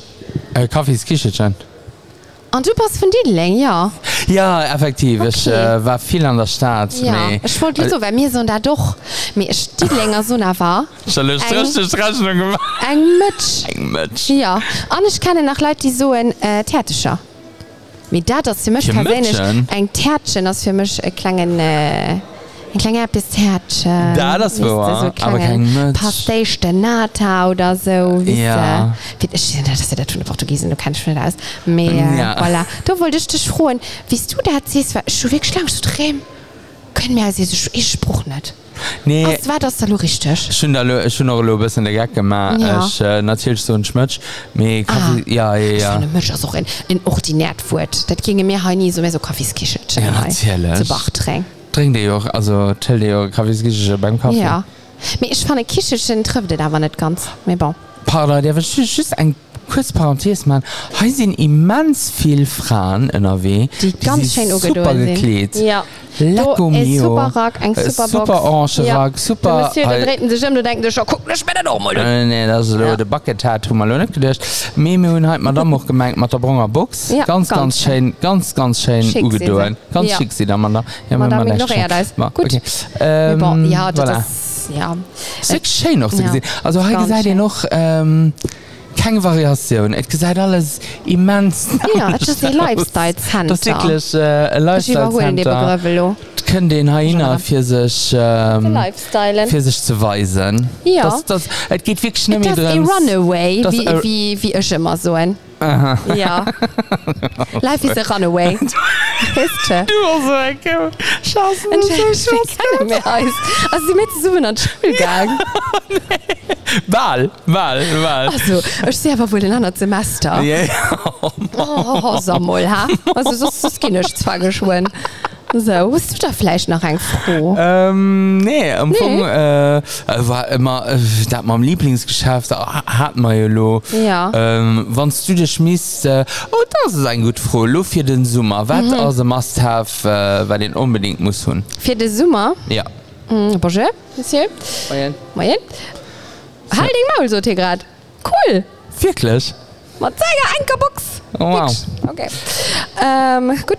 Speaker 2: Äh, Kaffee ist Kischetschein.
Speaker 3: Und du passt von dir lang, ja.
Speaker 2: Ja, effektiv. Okay. Ich
Speaker 3: Okay.
Speaker 2: äh, war viel an der Stadt.
Speaker 3: Ja,
Speaker 2: Nee. Äh,
Speaker 3: ich wollte so, weil mir so da doch, mir ist die länger so nah war.
Speaker 2: Ich habe
Speaker 3: Eng-
Speaker 2: richtig Rechnung gemacht.
Speaker 3: Ein Mitsch.
Speaker 2: Mensch.
Speaker 3: Ja, und ich kenne nach Leuten, die so ein äh, Theaterscher. Wie da, das ist für mich
Speaker 2: Für
Speaker 3: persönlich
Speaker 2: Mädchen?
Speaker 3: ein Theaterchen, das ist für mich ein kleines, äh, ein kleines etwas Theaterchen.
Speaker 2: Da, das
Speaker 3: Weißt du,
Speaker 2: war, aber kein Mädchen.
Speaker 3: Pastéis de Nata oder so, weißt
Speaker 2: Ja.
Speaker 3: du. Wie- Ich, das ist ja das von den Portugiesen, du kannst schon nicht aus. Mehr,
Speaker 2: Ja.
Speaker 3: ja. voilà. Du wolltest dich freuen, wie du da siehst, weil ich schon wirklich lang zu drehen. Können wir also, ich, ich spruch nicht.
Speaker 2: Nee.
Speaker 3: Was war das da nur richtig?
Speaker 2: Schon da lo- schon noch ein bisschen der Gag gemacht.
Speaker 3: Ja.
Speaker 2: Ich, äh, natürlich so ein Schmötsch. Me Kaffee, ah. ja, ja,
Speaker 3: Ja.
Speaker 2: ja.
Speaker 3: Eine Misch ist auch in, in ordinärt wird. Das ginge mir halt nie so mehr so Kaffeeskischet.
Speaker 2: Ja, natürlich.
Speaker 3: Zu Bachträng.
Speaker 2: Trink dir auch, also tell dir auch Kaffee ist Kischetschein beim Kaffee.
Speaker 3: Ja. Aber ich fand, Kischetchen trifft das aber nicht ganz. Aber bon.
Speaker 2: Pardon, der war just ein kurz Parenthes, man. Heute sind immens viel Frauen in NRW.
Speaker 3: Die ganz
Speaker 2: sich
Speaker 3: schön
Speaker 2: Super
Speaker 3: angedeutet sind.
Speaker 2: geklebt.
Speaker 3: Ja.
Speaker 2: Lacko
Speaker 3: Du, ein
Speaker 2: Mio.
Speaker 3: Super Rack, ein
Speaker 2: um Äh,
Speaker 3: Superbox.
Speaker 2: super orange Rack, super-
Speaker 3: Du musst hier,
Speaker 2: Ei.
Speaker 3: da treten sich um, du denkst, dir, guck, das bin ich auch mal. du.
Speaker 2: Äh, nee, das ist ja. de Bucket hat mal lo nicht gedacht. Mir mir hun halt Madame auch gemerkt mit der Bronger Box.
Speaker 3: Ja,
Speaker 2: ganz, ganz
Speaker 3: ganz
Speaker 2: schön, ganz, ganz schön
Speaker 3: Schick sie
Speaker 2: ugedoen.
Speaker 3: sind.
Speaker 2: Ganz ja.
Speaker 3: Ja.
Speaker 2: schick sie da, man da. Ja,
Speaker 3: Madame
Speaker 2: man
Speaker 3: ignoriert das. Gut.
Speaker 2: Okay.
Speaker 3: Aber
Speaker 2: Ähm,
Speaker 3: bon, Ja,
Speaker 2: voilà.
Speaker 3: das ist, ja.
Speaker 2: So schön noch zu
Speaker 3: Ja.
Speaker 2: gesehen. Also heute
Speaker 3: Ganz
Speaker 2: seid ihr
Speaker 3: schön.
Speaker 2: noch ähm, keine Variation. Ich gesagt alles immens.
Speaker 3: Ja, das ist ein Lifestyle Center.
Speaker 2: Das ist wirklich äh, ein
Speaker 3: Ich überhole den
Speaker 2: Lifestyle-Center.
Speaker 3: Begriff, lo.
Speaker 2: Können den Haina für sich,
Speaker 3: Hm.
Speaker 2: ähm,
Speaker 3: Lifestylen.
Speaker 2: für sich zu weisen.
Speaker 3: Ja.
Speaker 2: Das, das, es geht wirklich nicht mehr
Speaker 3: Das ist ein
Speaker 2: drin.
Speaker 3: Runaway,
Speaker 2: Das
Speaker 3: wie,
Speaker 2: a-
Speaker 3: wie, wie ich immer so ein. Aha. Ja. Life is a Runaway. Weißt du?
Speaker 2: Scheiße.
Speaker 3: Und ich ich kenne mehr als. Also, sie müssen so in den Schulgang.
Speaker 2: Wahl, Wahl, Wahl.
Speaker 3: Also, ich sehe aber wohl in einem Semester. Ja.
Speaker 2: Yeah.
Speaker 3: Oh, oh, Sammel, ha? Also, das, das kann ich zwar geschwungen. So, bist du da vielleicht noch ein Froh?
Speaker 2: ähm, nee, am nee. Funk, äh, äh, war immer äh, da hat man Lieblingsgeschäft ah, hat man ja lo.
Speaker 3: Ja.
Speaker 2: ähm, wann du dich schmiest äh, oh das ist ein gut froh Luft für den Summer was mhm. also must have äh, weil den unbedingt muss hun
Speaker 3: Für den Sommer.
Speaker 2: ja
Speaker 3: Hm, Bonjour, Monsieur. Moin. Halt den Maul so, Tegrat. Cool.
Speaker 2: wirklich
Speaker 3: Mal zeigen, Ankerbox.
Speaker 2: Oh, wow.
Speaker 3: Nix. Okay. Ähm, gut.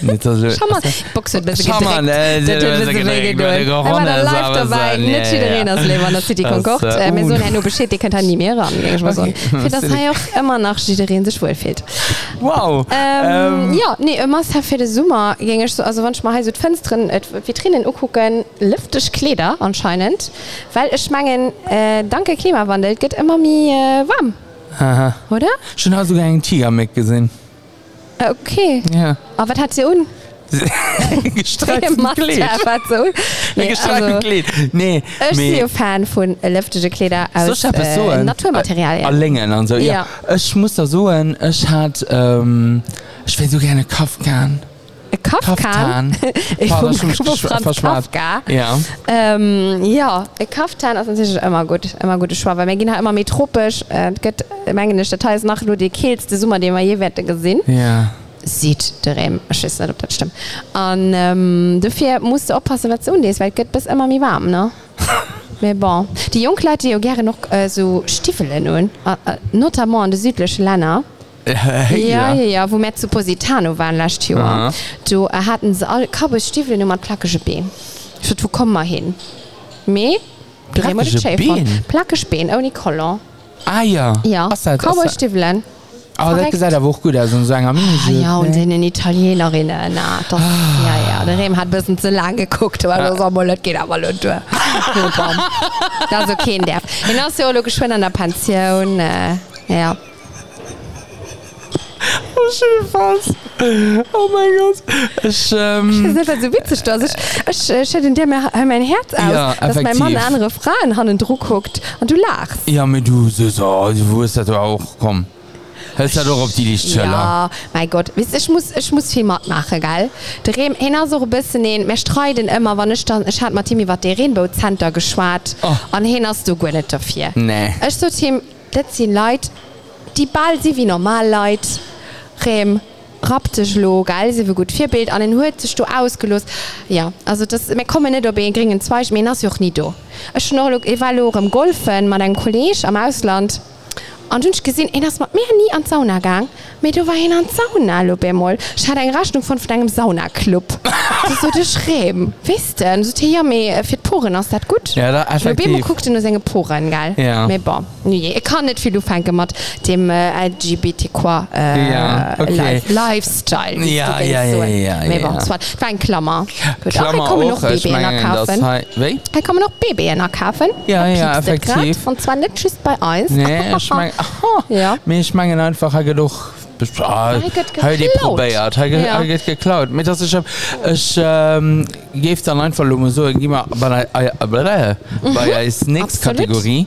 Speaker 2: Nicht, dass du-
Speaker 3: Schau mal. Box wird besser
Speaker 2: Schau mal, ne,
Speaker 3: gedrückt.
Speaker 2: wird
Speaker 3: Das wird
Speaker 2: besser
Speaker 3: besser
Speaker 2: gedrückt, weil
Speaker 3: gedrückt.
Speaker 2: die
Speaker 3: Wenn
Speaker 2: Corona
Speaker 3: man da
Speaker 2: ist,
Speaker 3: live
Speaker 2: aber
Speaker 3: dabei,
Speaker 2: so,
Speaker 3: nicht
Speaker 2: nee,
Speaker 3: wieder reden, das Leben, das City
Speaker 2: Das,
Speaker 3: Concord.
Speaker 2: äh,
Speaker 3: Äh, Mein
Speaker 2: un-
Speaker 3: Sohn hat nur beschädigt, der kann da nie mehr ran. Ich muss sagen.
Speaker 2: Okay.
Speaker 3: Für das hat er auch immer nach Schiederin sich wohlfühlt.
Speaker 2: wow
Speaker 3: Ähm, ja, nee, immer ist für den Sommer ging ich so, also wenn ich mal hier so die Fenster, äh, die Vitrinen angucken, lüftig Kleider anscheinend, weil ich meine, äh, danke Klimawandel geht immer mehr äh, warm,
Speaker 2: Aha.
Speaker 3: oder?
Speaker 2: schon hast du einen Tiger mitgesehen
Speaker 3: Äh, okay.
Speaker 2: ja
Speaker 3: Aber was hat sie un?
Speaker 2: gestreiften
Speaker 3: Macht
Speaker 2: Glied
Speaker 3: er was so?
Speaker 2: nee,
Speaker 3: Nee, also,
Speaker 2: gestreiften Glied nee
Speaker 3: Ich
Speaker 2: meh.
Speaker 3: bin ein Fan von lüftischen Kleider
Speaker 2: So
Speaker 3: aus
Speaker 2: ich hab es so
Speaker 3: äh,
Speaker 2: ein- Äh,
Speaker 3: Naturmaterialien.
Speaker 2: Längen und so, ja. Ich muss da so ein, ich hat, ähm, ich will so gerne Kopf gern.
Speaker 3: Kaftan.
Speaker 2: Kaftan.
Speaker 3: Ich
Speaker 2: Boah,
Speaker 3: bin
Speaker 2: das ist schon
Speaker 3: Franz
Speaker 2: schwa- verschwarz.
Speaker 3: Kafka.
Speaker 2: Ja.
Speaker 3: Ähm, ja, e Kaftan ass sich immer gut immer gute Schw, weil mir gin immer mé tropisch äh, gëtt menggene Details nach nur de keelste Summer, de man je wette gesinn.
Speaker 2: Ja.
Speaker 3: sieht der Rem schiss nicht, ob das stimmt. Und ähm, dafür musst du aufpassen, was du undies, weil es geht bis immer mehr warm, ne? Mais bon. Die jungen Leute, die ja gerne noch äh, so Stiefel nun, äh, äh, notamment in den südlichen Ländern. Ja, ja, ja, wo wir zu Positano waren letztes Jahr.
Speaker 2: Aha.
Speaker 3: Du äh, hatten sie alle Kabelstiefel und plackische Beine. Ich dachte, wo kommen wir hin? Me?
Speaker 2: Plackische Beine?
Speaker 3: Plackische Beine, ohne Color.
Speaker 2: Ah ja.
Speaker 3: Ja,
Speaker 2: Was hat, was hat,
Speaker 3: Kabelstiefeln.
Speaker 2: aber das
Speaker 3: korrekt.
Speaker 2: gesagt, aber auch gut, also ein Sänger.
Speaker 3: Ah, ja, und
Speaker 2: Ne?
Speaker 3: in den Italienerinnen, na, das,
Speaker 2: Ah.
Speaker 3: ja, ja, der Rehm hat ein bisschen zu lang geguckt, weil das auch mal nicht geht, aber nicht durch. Super. Das ist okay, der. Hinaus, ja, logisch, wenn an der Pension, äh, ja.
Speaker 2: schön fast. Oh mein Gott. Ich,
Speaker 3: Das
Speaker 2: ähm,
Speaker 3: ist einfach so witzig, dass ich, ich, ich schütte dir mein, mein Herz aus,
Speaker 2: Ja,
Speaker 3: dass mein
Speaker 2: effektiv.
Speaker 3: Mann andere Frauen hat einen Druck guckt und du lachst.
Speaker 2: ja, mit du, Süßer, wo ist das doch auch? Komm. Hältst du doch auf die Lichtschöller?
Speaker 3: Ja, mein Gott, weißt, du, ich, muss, ich muss viel Mord machen, gell? Der Rehm, einer so ein bisschen, den, wir streiten immer, wenn ich dann, ich hatte mit Timmy was der Rainbow Center geschwart,
Speaker 2: Oh.
Speaker 3: oh. und hin hast du gut nicht dafür.
Speaker 2: Nee.
Speaker 3: Ich so, Tim, das sind Leute, die bald sind wie normal Leute. Rehm, raptisch lo, geil, sie wie gut vier Bild, an den Hut sich du ausgelöst. Ja, also das, wir kommen nicht dabei, kriegen zwei, ich meine, das ist auch nie da. Ich noch, look, ich war noch im Golfen mit einem Kollegen am Ausland. Und ich gesehen, ey, das macht mir nie an den Sauna gegangen. Mir du war in an den Sauna, Lobemol. Ich hatte eine Rechnung von, von einem Saunaclub. Das ist so der Schreiben. Wisst ihr? Und So, ja, mir für die Poren ist das gut.
Speaker 2: Ja, da- effektiv.
Speaker 3: Lobemol guckt in nur seine Poren, geil.
Speaker 2: Ja.
Speaker 3: Mir bon. Nee, ich kann nicht viel aufhängen mit dem äh, LGBTQ äh,
Speaker 2: Ja, okay.
Speaker 3: Life, Lifestyle. wie
Speaker 2: Ja,
Speaker 3: du
Speaker 2: ja, ja,
Speaker 3: denkst, so.
Speaker 2: ja,
Speaker 3: Mir
Speaker 2: ja.
Speaker 3: bon, es war es war ein Klammer. Gut, ach,
Speaker 2: Klammer
Speaker 3: ich kann mir noch
Speaker 2: auch, ich
Speaker 3: Baby
Speaker 2: meine, das
Speaker 3: kaufen.
Speaker 2: heißt, weh?
Speaker 3: Da kann man noch Baby kaufen.
Speaker 2: Ja,
Speaker 3: Da
Speaker 2: ja,
Speaker 3: piepst es
Speaker 2: effektiv.
Speaker 3: grad. Und zwar nicht just bei uns.
Speaker 2: Nee, ich meine,
Speaker 3: Ja.
Speaker 2: mir ich meine einfach hat genug. Ah,
Speaker 3: Hat geklaut.
Speaker 2: hat die probiert, hat ge-
Speaker 3: Ja.
Speaker 2: hat ge- geklaut. Mit das ich hab, ich ähm, gebe dann einfach nur so, gib mal bei der äh, bei der- bei der Snacks
Speaker 3: Absolut.
Speaker 2: Kategorie.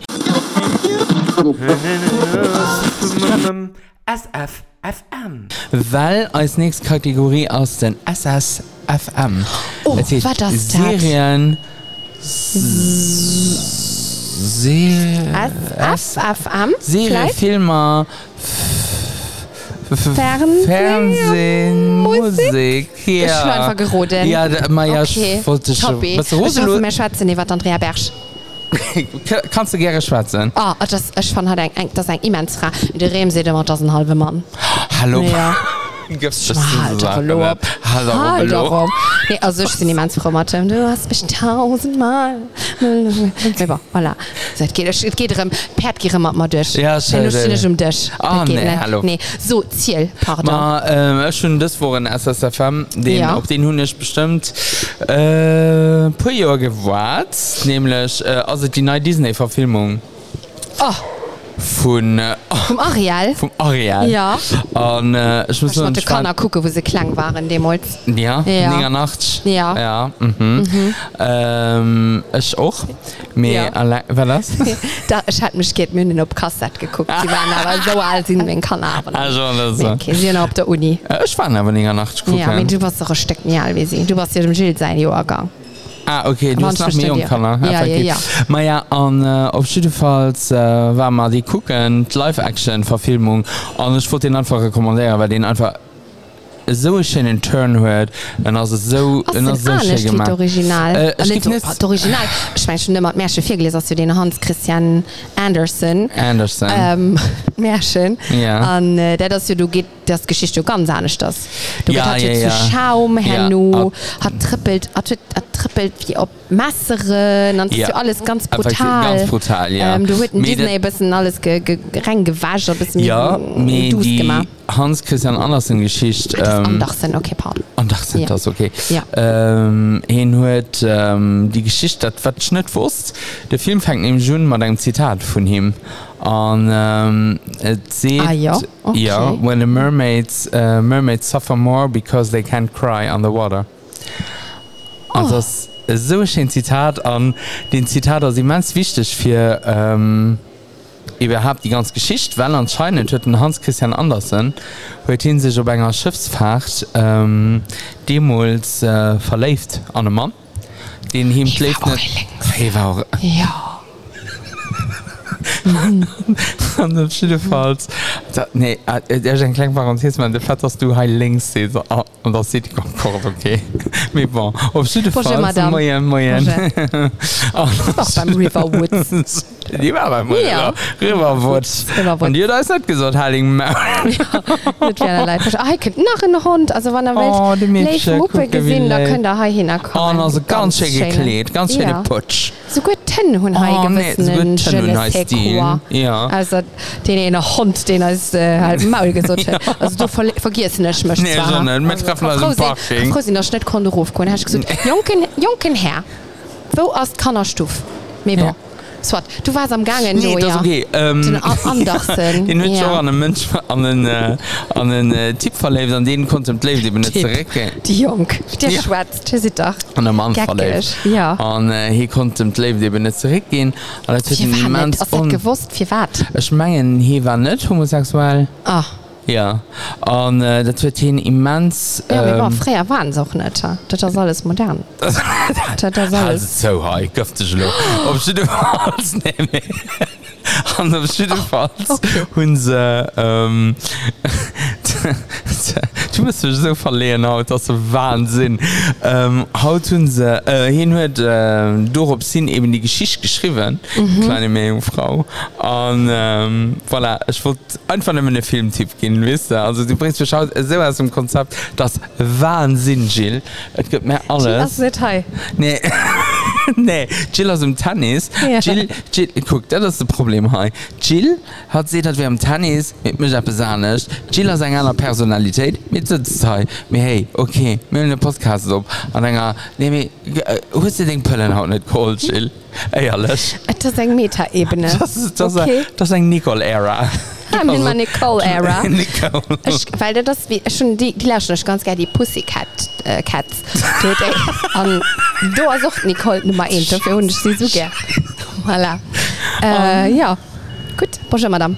Speaker 4: SFFM.
Speaker 2: Weil als nächste Kategorie aus den SSFM.
Speaker 3: Oh,
Speaker 2: Das heißt
Speaker 3: war das das?
Speaker 2: Serien. S- Serien.
Speaker 3: FFM.
Speaker 2: Äh, Serie,
Speaker 3: vielleicht?
Speaker 2: Filme,
Speaker 3: Fernsehen,
Speaker 2: Fernsehen, Fernsehen Musik. Ja.
Speaker 3: Ich war einfach gerodet.
Speaker 2: Ja, da, ma, ja
Speaker 3: Okay.
Speaker 2: ich wollte schon.
Speaker 3: Tobi.
Speaker 2: Was
Speaker 3: Ich hoffe,
Speaker 2: Roselo,
Speaker 3: mehr schwarze Nehmen Andrea Bersch.
Speaker 2: Ka- kannst du gerne schwatzen?
Speaker 3: Ah, oh, das ich fand halt ein, ein, das ist ein immens Frage. Der Rehm sieht immer, das ist ein halber Mann.
Speaker 2: Hallo.
Speaker 3: Ja.
Speaker 2: Gibt's das zu
Speaker 3: Halt doch
Speaker 2: sagen,
Speaker 3: Lob.
Speaker 2: ne? Hallo.
Speaker 3: Halt doch
Speaker 2: Hallo.
Speaker 3: Lob. Nee, also ich bin niemand froh, Mathe. Du hast mich tausendmal. Aber, voilà. So, es geht, es geht darum, Pferd geht immer mal durch.
Speaker 2: Ja,
Speaker 3: schön.
Speaker 2: schön.
Speaker 3: Du stehst um dich.
Speaker 2: Ah,
Speaker 3: Das geht
Speaker 2: nee,
Speaker 3: nicht.
Speaker 2: hallo.
Speaker 3: Nee, so, Ziel, pardon.
Speaker 2: Ma, ähm, ich schon das war in SSFM, den,
Speaker 3: Ja.
Speaker 2: ja. auf den Hund ich bestimmt äh, ein paar Jahre gewartet, nämlich äh, also die neue Disney-Verfilmung
Speaker 3: Oh,
Speaker 2: von, äh,
Speaker 3: vom Areal.
Speaker 2: vom Ariel.
Speaker 3: Ja.
Speaker 2: Und äh, ich muss
Speaker 3: Ich
Speaker 2: nur
Speaker 3: wollte keiner gucken, wo sie klang waren damals.
Speaker 2: Ja,
Speaker 3: Ja.
Speaker 2: ja. Mitternacht.
Speaker 3: Ja.
Speaker 2: ja mhm. Mhm. Ähm, ich auch. Mir
Speaker 3: Ja.
Speaker 2: ja. allein, war das?
Speaker 3: da, ich hatte mich geht münden auf Kassett geguckt. Die waren aber so alt, sind wir in Kanaren.
Speaker 2: also, das so.
Speaker 3: Okay, sie sind auf der Uni.
Speaker 2: Äh, Ich war aber Mitternacht gucken.
Speaker 3: Ja, aber du warst doch ein Stück mehr alt wie sie. Du warst ja dem Schild sein Jahrgang.
Speaker 2: Ah, okay, du
Speaker 3: Wann
Speaker 2: hast nach
Speaker 3: versteht
Speaker 2: mir
Speaker 3: ihr?
Speaker 2: umgekommen.
Speaker 3: Ja, ja, ja.
Speaker 2: Aber ja, und, äh, auf jeden Fall äh, war mal die gucken, die Live-Action-Verfilmung. Und ich wollte den einfach rekommandieren, weil den einfach so einen schönen Turn hört. Und also so,
Speaker 3: Was
Speaker 2: und
Speaker 3: sind
Speaker 2: also so
Speaker 3: alles
Speaker 2: schön
Speaker 3: wie
Speaker 2: gemacht.
Speaker 3: das Original?
Speaker 2: Äh,
Speaker 3: Äh,
Speaker 2: es
Speaker 3: nicht
Speaker 2: gibt
Speaker 3: so-
Speaker 2: nicht-
Speaker 3: oh, das Original. Ich meine schon immer, Märchen viel gelesen, hast du den Hans Christian Andersen.
Speaker 2: Anderson.
Speaker 3: Ähm, Märchen.
Speaker 2: Ja.
Speaker 3: Und äh, der, das ja, du geht, das Geschichte ganz anders. Das. Du
Speaker 2: Ja,
Speaker 3: geht
Speaker 2: ja,
Speaker 3: halt
Speaker 2: ja.
Speaker 3: ja, zu Schaum,
Speaker 2: Ja,
Speaker 3: Hanno,
Speaker 2: ab-
Speaker 3: hat trippelt, hat, hat trippelt wie ob Masseren, dann ist ja.
Speaker 2: Ja.
Speaker 3: alles ganz
Speaker 2: Aber
Speaker 3: brutal.
Speaker 2: ganz brutal, ja.
Speaker 3: Ähm, du hast in
Speaker 2: Mir
Speaker 3: Disney ein bisschen alles ge, ge, reingewaschen, ein bisschen
Speaker 2: Ja,
Speaker 3: mm,
Speaker 2: mit
Speaker 3: dus
Speaker 2: die
Speaker 3: gemacht.
Speaker 2: Hans-Christian Andersen-Geschichte.
Speaker 3: Das
Speaker 2: ähm,
Speaker 3: Andersen, okay, pardon.
Speaker 2: Und das sind
Speaker 3: Ja.
Speaker 2: ja. das okay.
Speaker 3: Ja.
Speaker 2: Ähm, hin hört ähm, die Geschichte, das was ich nicht wusste. Der Film fängt nämlich schon mit einem Zitat von ihm. Und ähm, es sieht,
Speaker 3: Ah, ja? Okay.
Speaker 2: ja, when the mermaids, uh, mermaids suffer more because they can't cry on the water. Und
Speaker 3: Oh.
Speaker 2: Also das ist so ein schönes Zitat. Und den Zitat ist immens wichtig für ähm, überhaupt die ganze Geschichte, weil anscheinend hat ein Hans Christian Andersen heute hin sich auf einer Schiffsfahrt ähm, demals äh, verläuft an einem Mann, den ihm schläft
Speaker 3: war
Speaker 2: nicht. Ich war auch
Speaker 3: Ja.
Speaker 2: Schifalls nee äh, en kleng Parenthes man de Vetters du ha links ah, se an der se komfort okay mé bon op
Speaker 3: Bonjour, madame.
Speaker 2: Ah,
Speaker 3: Auch beim River Woods. Ja. Riverwoods.
Speaker 2: Riverwur Dir da is net gesot Halling Ma
Speaker 3: Das wäre leid. Ah, ihr könnt nach einen Hund. Also, wenn ihr
Speaker 2: Oh, die
Speaker 3: wollt,
Speaker 2: Mädchen,
Speaker 3: Muppe
Speaker 2: guck, wie
Speaker 3: gesehen, da
Speaker 2: leid.
Speaker 3: könnt ihr hier hinkommen.
Speaker 2: An se ganz sche gekleet ganz schön
Speaker 3: Ja.
Speaker 2: putsch
Speaker 3: So gut ten hun
Speaker 2: Oh,
Speaker 3: ha
Speaker 2: nee, so gut ten hun heißt die. Ja.
Speaker 3: also den ene Hund den als äh, halt Maul gesot ja. also du verli- vergiss nicht möchte
Speaker 2: Nee, so nicht. Mit Treffen aus dem Park gehen.
Speaker 3: net kon Ruf kon Jonken Jonken her wo as kannnerstuf me
Speaker 2: Ja.
Speaker 3: ja. Swat du warst am gangen
Speaker 2: Nee,
Speaker 3: du,
Speaker 2: das
Speaker 3: ja.
Speaker 2: okay, ähm,
Speaker 3: Den Ar- Andersen,
Speaker 2: Den hue
Speaker 3: ja.
Speaker 2: an den Mënsch an den äh, an den äh, Tipp verlet an den kon leef de net
Speaker 3: Tipp.
Speaker 2: zerecke.
Speaker 3: die Jung der
Speaker 2: Ja.
Speaker 3: ja. schwatzt der sieht doch
Speaker 2: an der Mann
Speaker 3: geckig.
Speaker 2: verlegt.
Speaker 3: ja
Speaker 2: Und äh, hier konnte im Leben eben nicht zurückgehen. Und das wird
Speaker 3: Wie
Speaker 2: ein
Speaker 3: war
Speaker 2: Mann
Speaker 3: net? Hast du gewusst wie wat
Speaker 2: Ich meine, hier war nicht homosexuell.
Speaker 3: ah,
Speaker 2: Ja. Und äh, das wird hier immens.
Speaker 3: ja, ähm, war freier waren auch net dat das alles modern dat das alles
Speaker 2: Also so high, köfte ich noch. Auf jeden Fall nehme ich. Und auf jeden Fall okay. unser. Ähm, du bist mich so verlegen haut, das ist Wahnsinn. Ähm, haut unser. Äh, hin hat äh, Dorop Sinn eben die Geschichte geschrieben, mhm. kleine Meerjungfrau. Und ähm, voilà, ich wollte einfach nicht mehr einen Filmtipp geben, weißt du? Also du bringst mich auch selber aus dem Konzept, das ist Wahnsinn, Jill. Es gibt mir alles.
Speaker 3: Detail
Speaker 2: Nee. nee, Jill aus dem Tennis.
Speaker 3: Ja.
Speaker 2: Jill, Jill, guck, das ist das Problem hier. Jill hat gesehen, dass wir am Tennis mit mich etwas anders. Jill hat eine andere Personalität. Mit sitzt hier. Mir, hey, okay, wir haben einen Podcast auf. Und dann, nee, mir, äh, wo ist denn Pöllen auch nicht cool, Jill? Ey, alles.
Speaker 3: Et ist eng Metaebene
Speaker 2: Das ist, Also, das
Speaker 3: okay.
Speaker 2: ist, das ist ein Nicole-Ära.
Speaker 3: Ah, wir haben eine Nicole-Ära. Äh,
Speaker 2: Nicole.
Speaker 3: ich, weil der das wie schon die die laschen euch ganz gerne die Pussycat äh, Cats du an du sucht Nicole Nummer 1 dafür und ich sie so gerne voilà.
Speaker 2: Ähm.
Speaker 3: äh, ja gut bonjour madame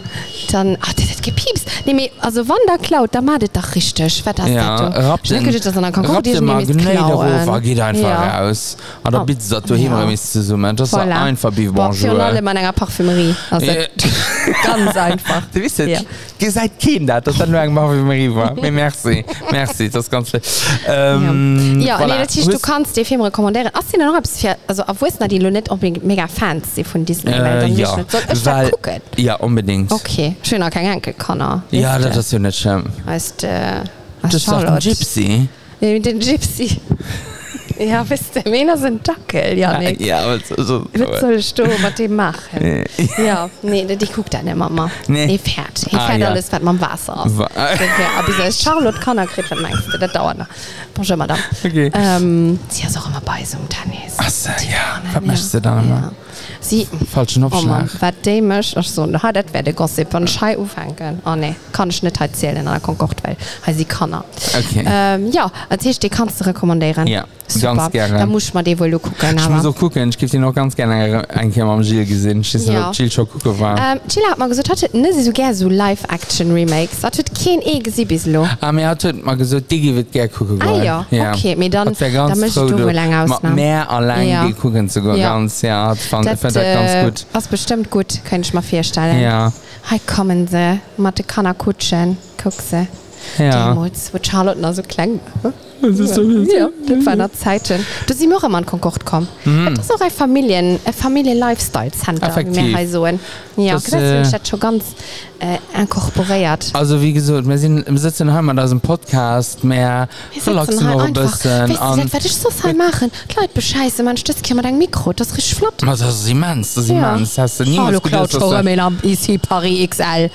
Speaker 3: dann ah, das hat gepiepst nee, mir- also wann der klaut da madet doch richtig was das
Speaker 2: Ja,
Speaker 3: da?
Speaker 2: rapp
Speaker 3: Dann
Speaker 2: den-
Speaker 3: könntet ihr das an der
Speaker 2: rapp
Speaker 3: Concordia
Speaker 2: den
Speaker 3: schon
Speaker 2: mal
Speaker 3: nämlich
Speaker 2: genau
Speaker 3: klauen.
Speaker 2: darauf, geht einfach
Speaker 3: Ja.
Speaker 2: raus. Und da
Speaker 3: Oh.
Speaker 2: bitte sagt du
Speaker 3: Ja.
Speaker 2: immer, wir zu zoomen. Das ist
Speaker 3: Voilà.
Speaker 2: einfach wie
Speaker 3: Boah, für alle
Speaker 2: Bonjour.
Speaker 3: in meiner Parfümerie also,
Speaker 2: Ja.
Speaker 3: ganz einfach
Speaker 2: Du wisst, ja.
Speaker 3: Ja.
Speaker 2: ihr seid Kinder, das dann nur ein Mal wie Marie war. Mais merci, merci, das ist ganz schön. Ähm,
Speaker 3: Ja, voilà. nee, das heißt, du
Speaker 2: Wisst-
Speaker 3: kannst dir Filme rekommandieren. Hast du denn noch etwas für, also auf Wissen, die nicht unbedingt mega Fans sind von Disney? weil
Speaker 2: äh,
Speaker 3: dann
Speaker 2: ja,
Speaker 3: nicht- soll ich da
Speaker 2: weil,
Speaker 3: gucken?
Speaker 2: ja, unbedingt.
Speaker 3: Okay, schöner kein Enkel, Connor.
Speaker 2: Ja, das ist ja nicht schlimm.
Speaker 3: Heißt, äh,
Speaker 2: Das ist doch ein
Speaker 3: Charlotte.
Speaker 2: Gypsy.
Speaker 3: Nee, den Gypsy. ja, wisst ihr, Männer sind Dackel, ja, nee.
Speaker 2: Ja, aber so, so,
Speaker 3: Was soll ich da mit dem machen? ja, nee, die guckt dann immer mal.
Speaker 2: Nee.
Speaker 3: Die fährt. Die
Speaker 2: Ah,
Speaker 3: fährt
Speaker 2: ja.
Speaker 3: alles, was man Wasser aus.
Speaker 2: Wa-
Speaker 3: Aber sie ist Charlotte Connor, kriegt, was meinst du? Das dauert noch. Bonjour, Madame.
Speaker 2: Okay.
Speaker 3: Ähm, sie ist auch immer bei so einem Tennis.
Speaker 2: Ach so, ja, was möchtest du da nochmal?
Speaker 3: Sie.
Speaker 2: Falschen
Speaker 3: Oh
Speaker 2: Aufschlag.
Speaker 3: Mann, was dem ist, ach so, na, das wäre der Gossip und Schei aufhängen. Oh nee, kann ich nicht erzählen, dann kommt Gott, weil heißt, sie kann er.
Speaker 2: Okay.
Speaker 3: Ähm, ja, als ich die kannst du rekommandieren.
Speaker 2: Ja,
Speaker 3: Super.
Speaker 2: ganz gerne.
Speaker 3: Da muss man die wohl gucken.
Speaker 2: Ich
Speaker 3: aber-
Speaker 2: muss auch gucken, ich gebe dir noch ganz gerne einen Kerl am Gilles gesehen. Ich weiß nicht,
Speaker 3: Ja.
Speaker 2: ob Gilles schon gucken war.
Speaker 3: Ähm, Chile hat mal gesagt, hat ne, sie so gerne so Live-Action-Remakes. Das hat kein eh gesehen bis lo.
Speaker 2: Ah, mir hat heute mal gesagt, Digi wird gerne gucken
Speaker 3: Ah,
Speaker 2: wollen.
Speaker 3: ja. Okay, mir dann-
Speaker 2: Hat er
Speaker 3: dann
Speaker 2: ganz
Speaker 3: müsstest
Speaker 2: froh,
Speaker 3: du
Speaker 2: du
Speaker 3: wohl lange
Speaker 2: Ma-
Speaker 3: ausnehmen.
Speaker 2: Mehr allein ja.
Speaker 3: Ja.
Speaker 2: die gucken sogar ja.
Speaker 3: Ja.
Speaker 2: ganz, ja, hat fand, das, fand das
Speaker 3: äh,
Speaker 2: ganz gut.
Speaker 3: Das bestimmt gut, könnte ich mir vorstellen.
Speaker 2: Ja.
Speaker 3: Hi, kommen sie. Mathe kann er kutschen. Guck sie.
Speaker 2: Ja.
Speaker 3: Damals, wo Charlotte noch so klein war.
Speaker 2: Das ist so witzig.
Speaker 3: Ja, das war noch Zeiten. Du siehst mir auch immer an Konkord kommen. Mhm. Das ist auch ein Familien, ein Familien-Lifestyle-Center, wie
Speaker 2: Affektiv.
Speaker 3: wir hier so. ein- Ja,
Speaker 2: Das,
Speaker 3: das, deswegen
Speaker 2: äh,
Speaker 3: ist das schon ganz äh, inkorporiert.
Speaker 2: Also wie gesagt, wir, sind, wir sitzen heute mal da so einem Podcast, mehr
Speaker 3: Wir sitzen
Speaker 2: relaxen
Speaker 3: halt
Speaker 2: noch ein
Speaker 3: einfach.
Speaker 2: bisschen.
Speaker 3: Weißt du, das werde ich so viel machen. Die Leute bescheiße, man stößt hier mal dein Mikro, das ist richtig flott.
Speaker 2: Was hast du immens, das ist immens. Hast du niemals
Speaker 3: Hallo
Speaker 2: gedacht,
Speaker 3: Cloud,
Speaker 2: dass du-
Speaker 3: mein Name ist hier Paris XL.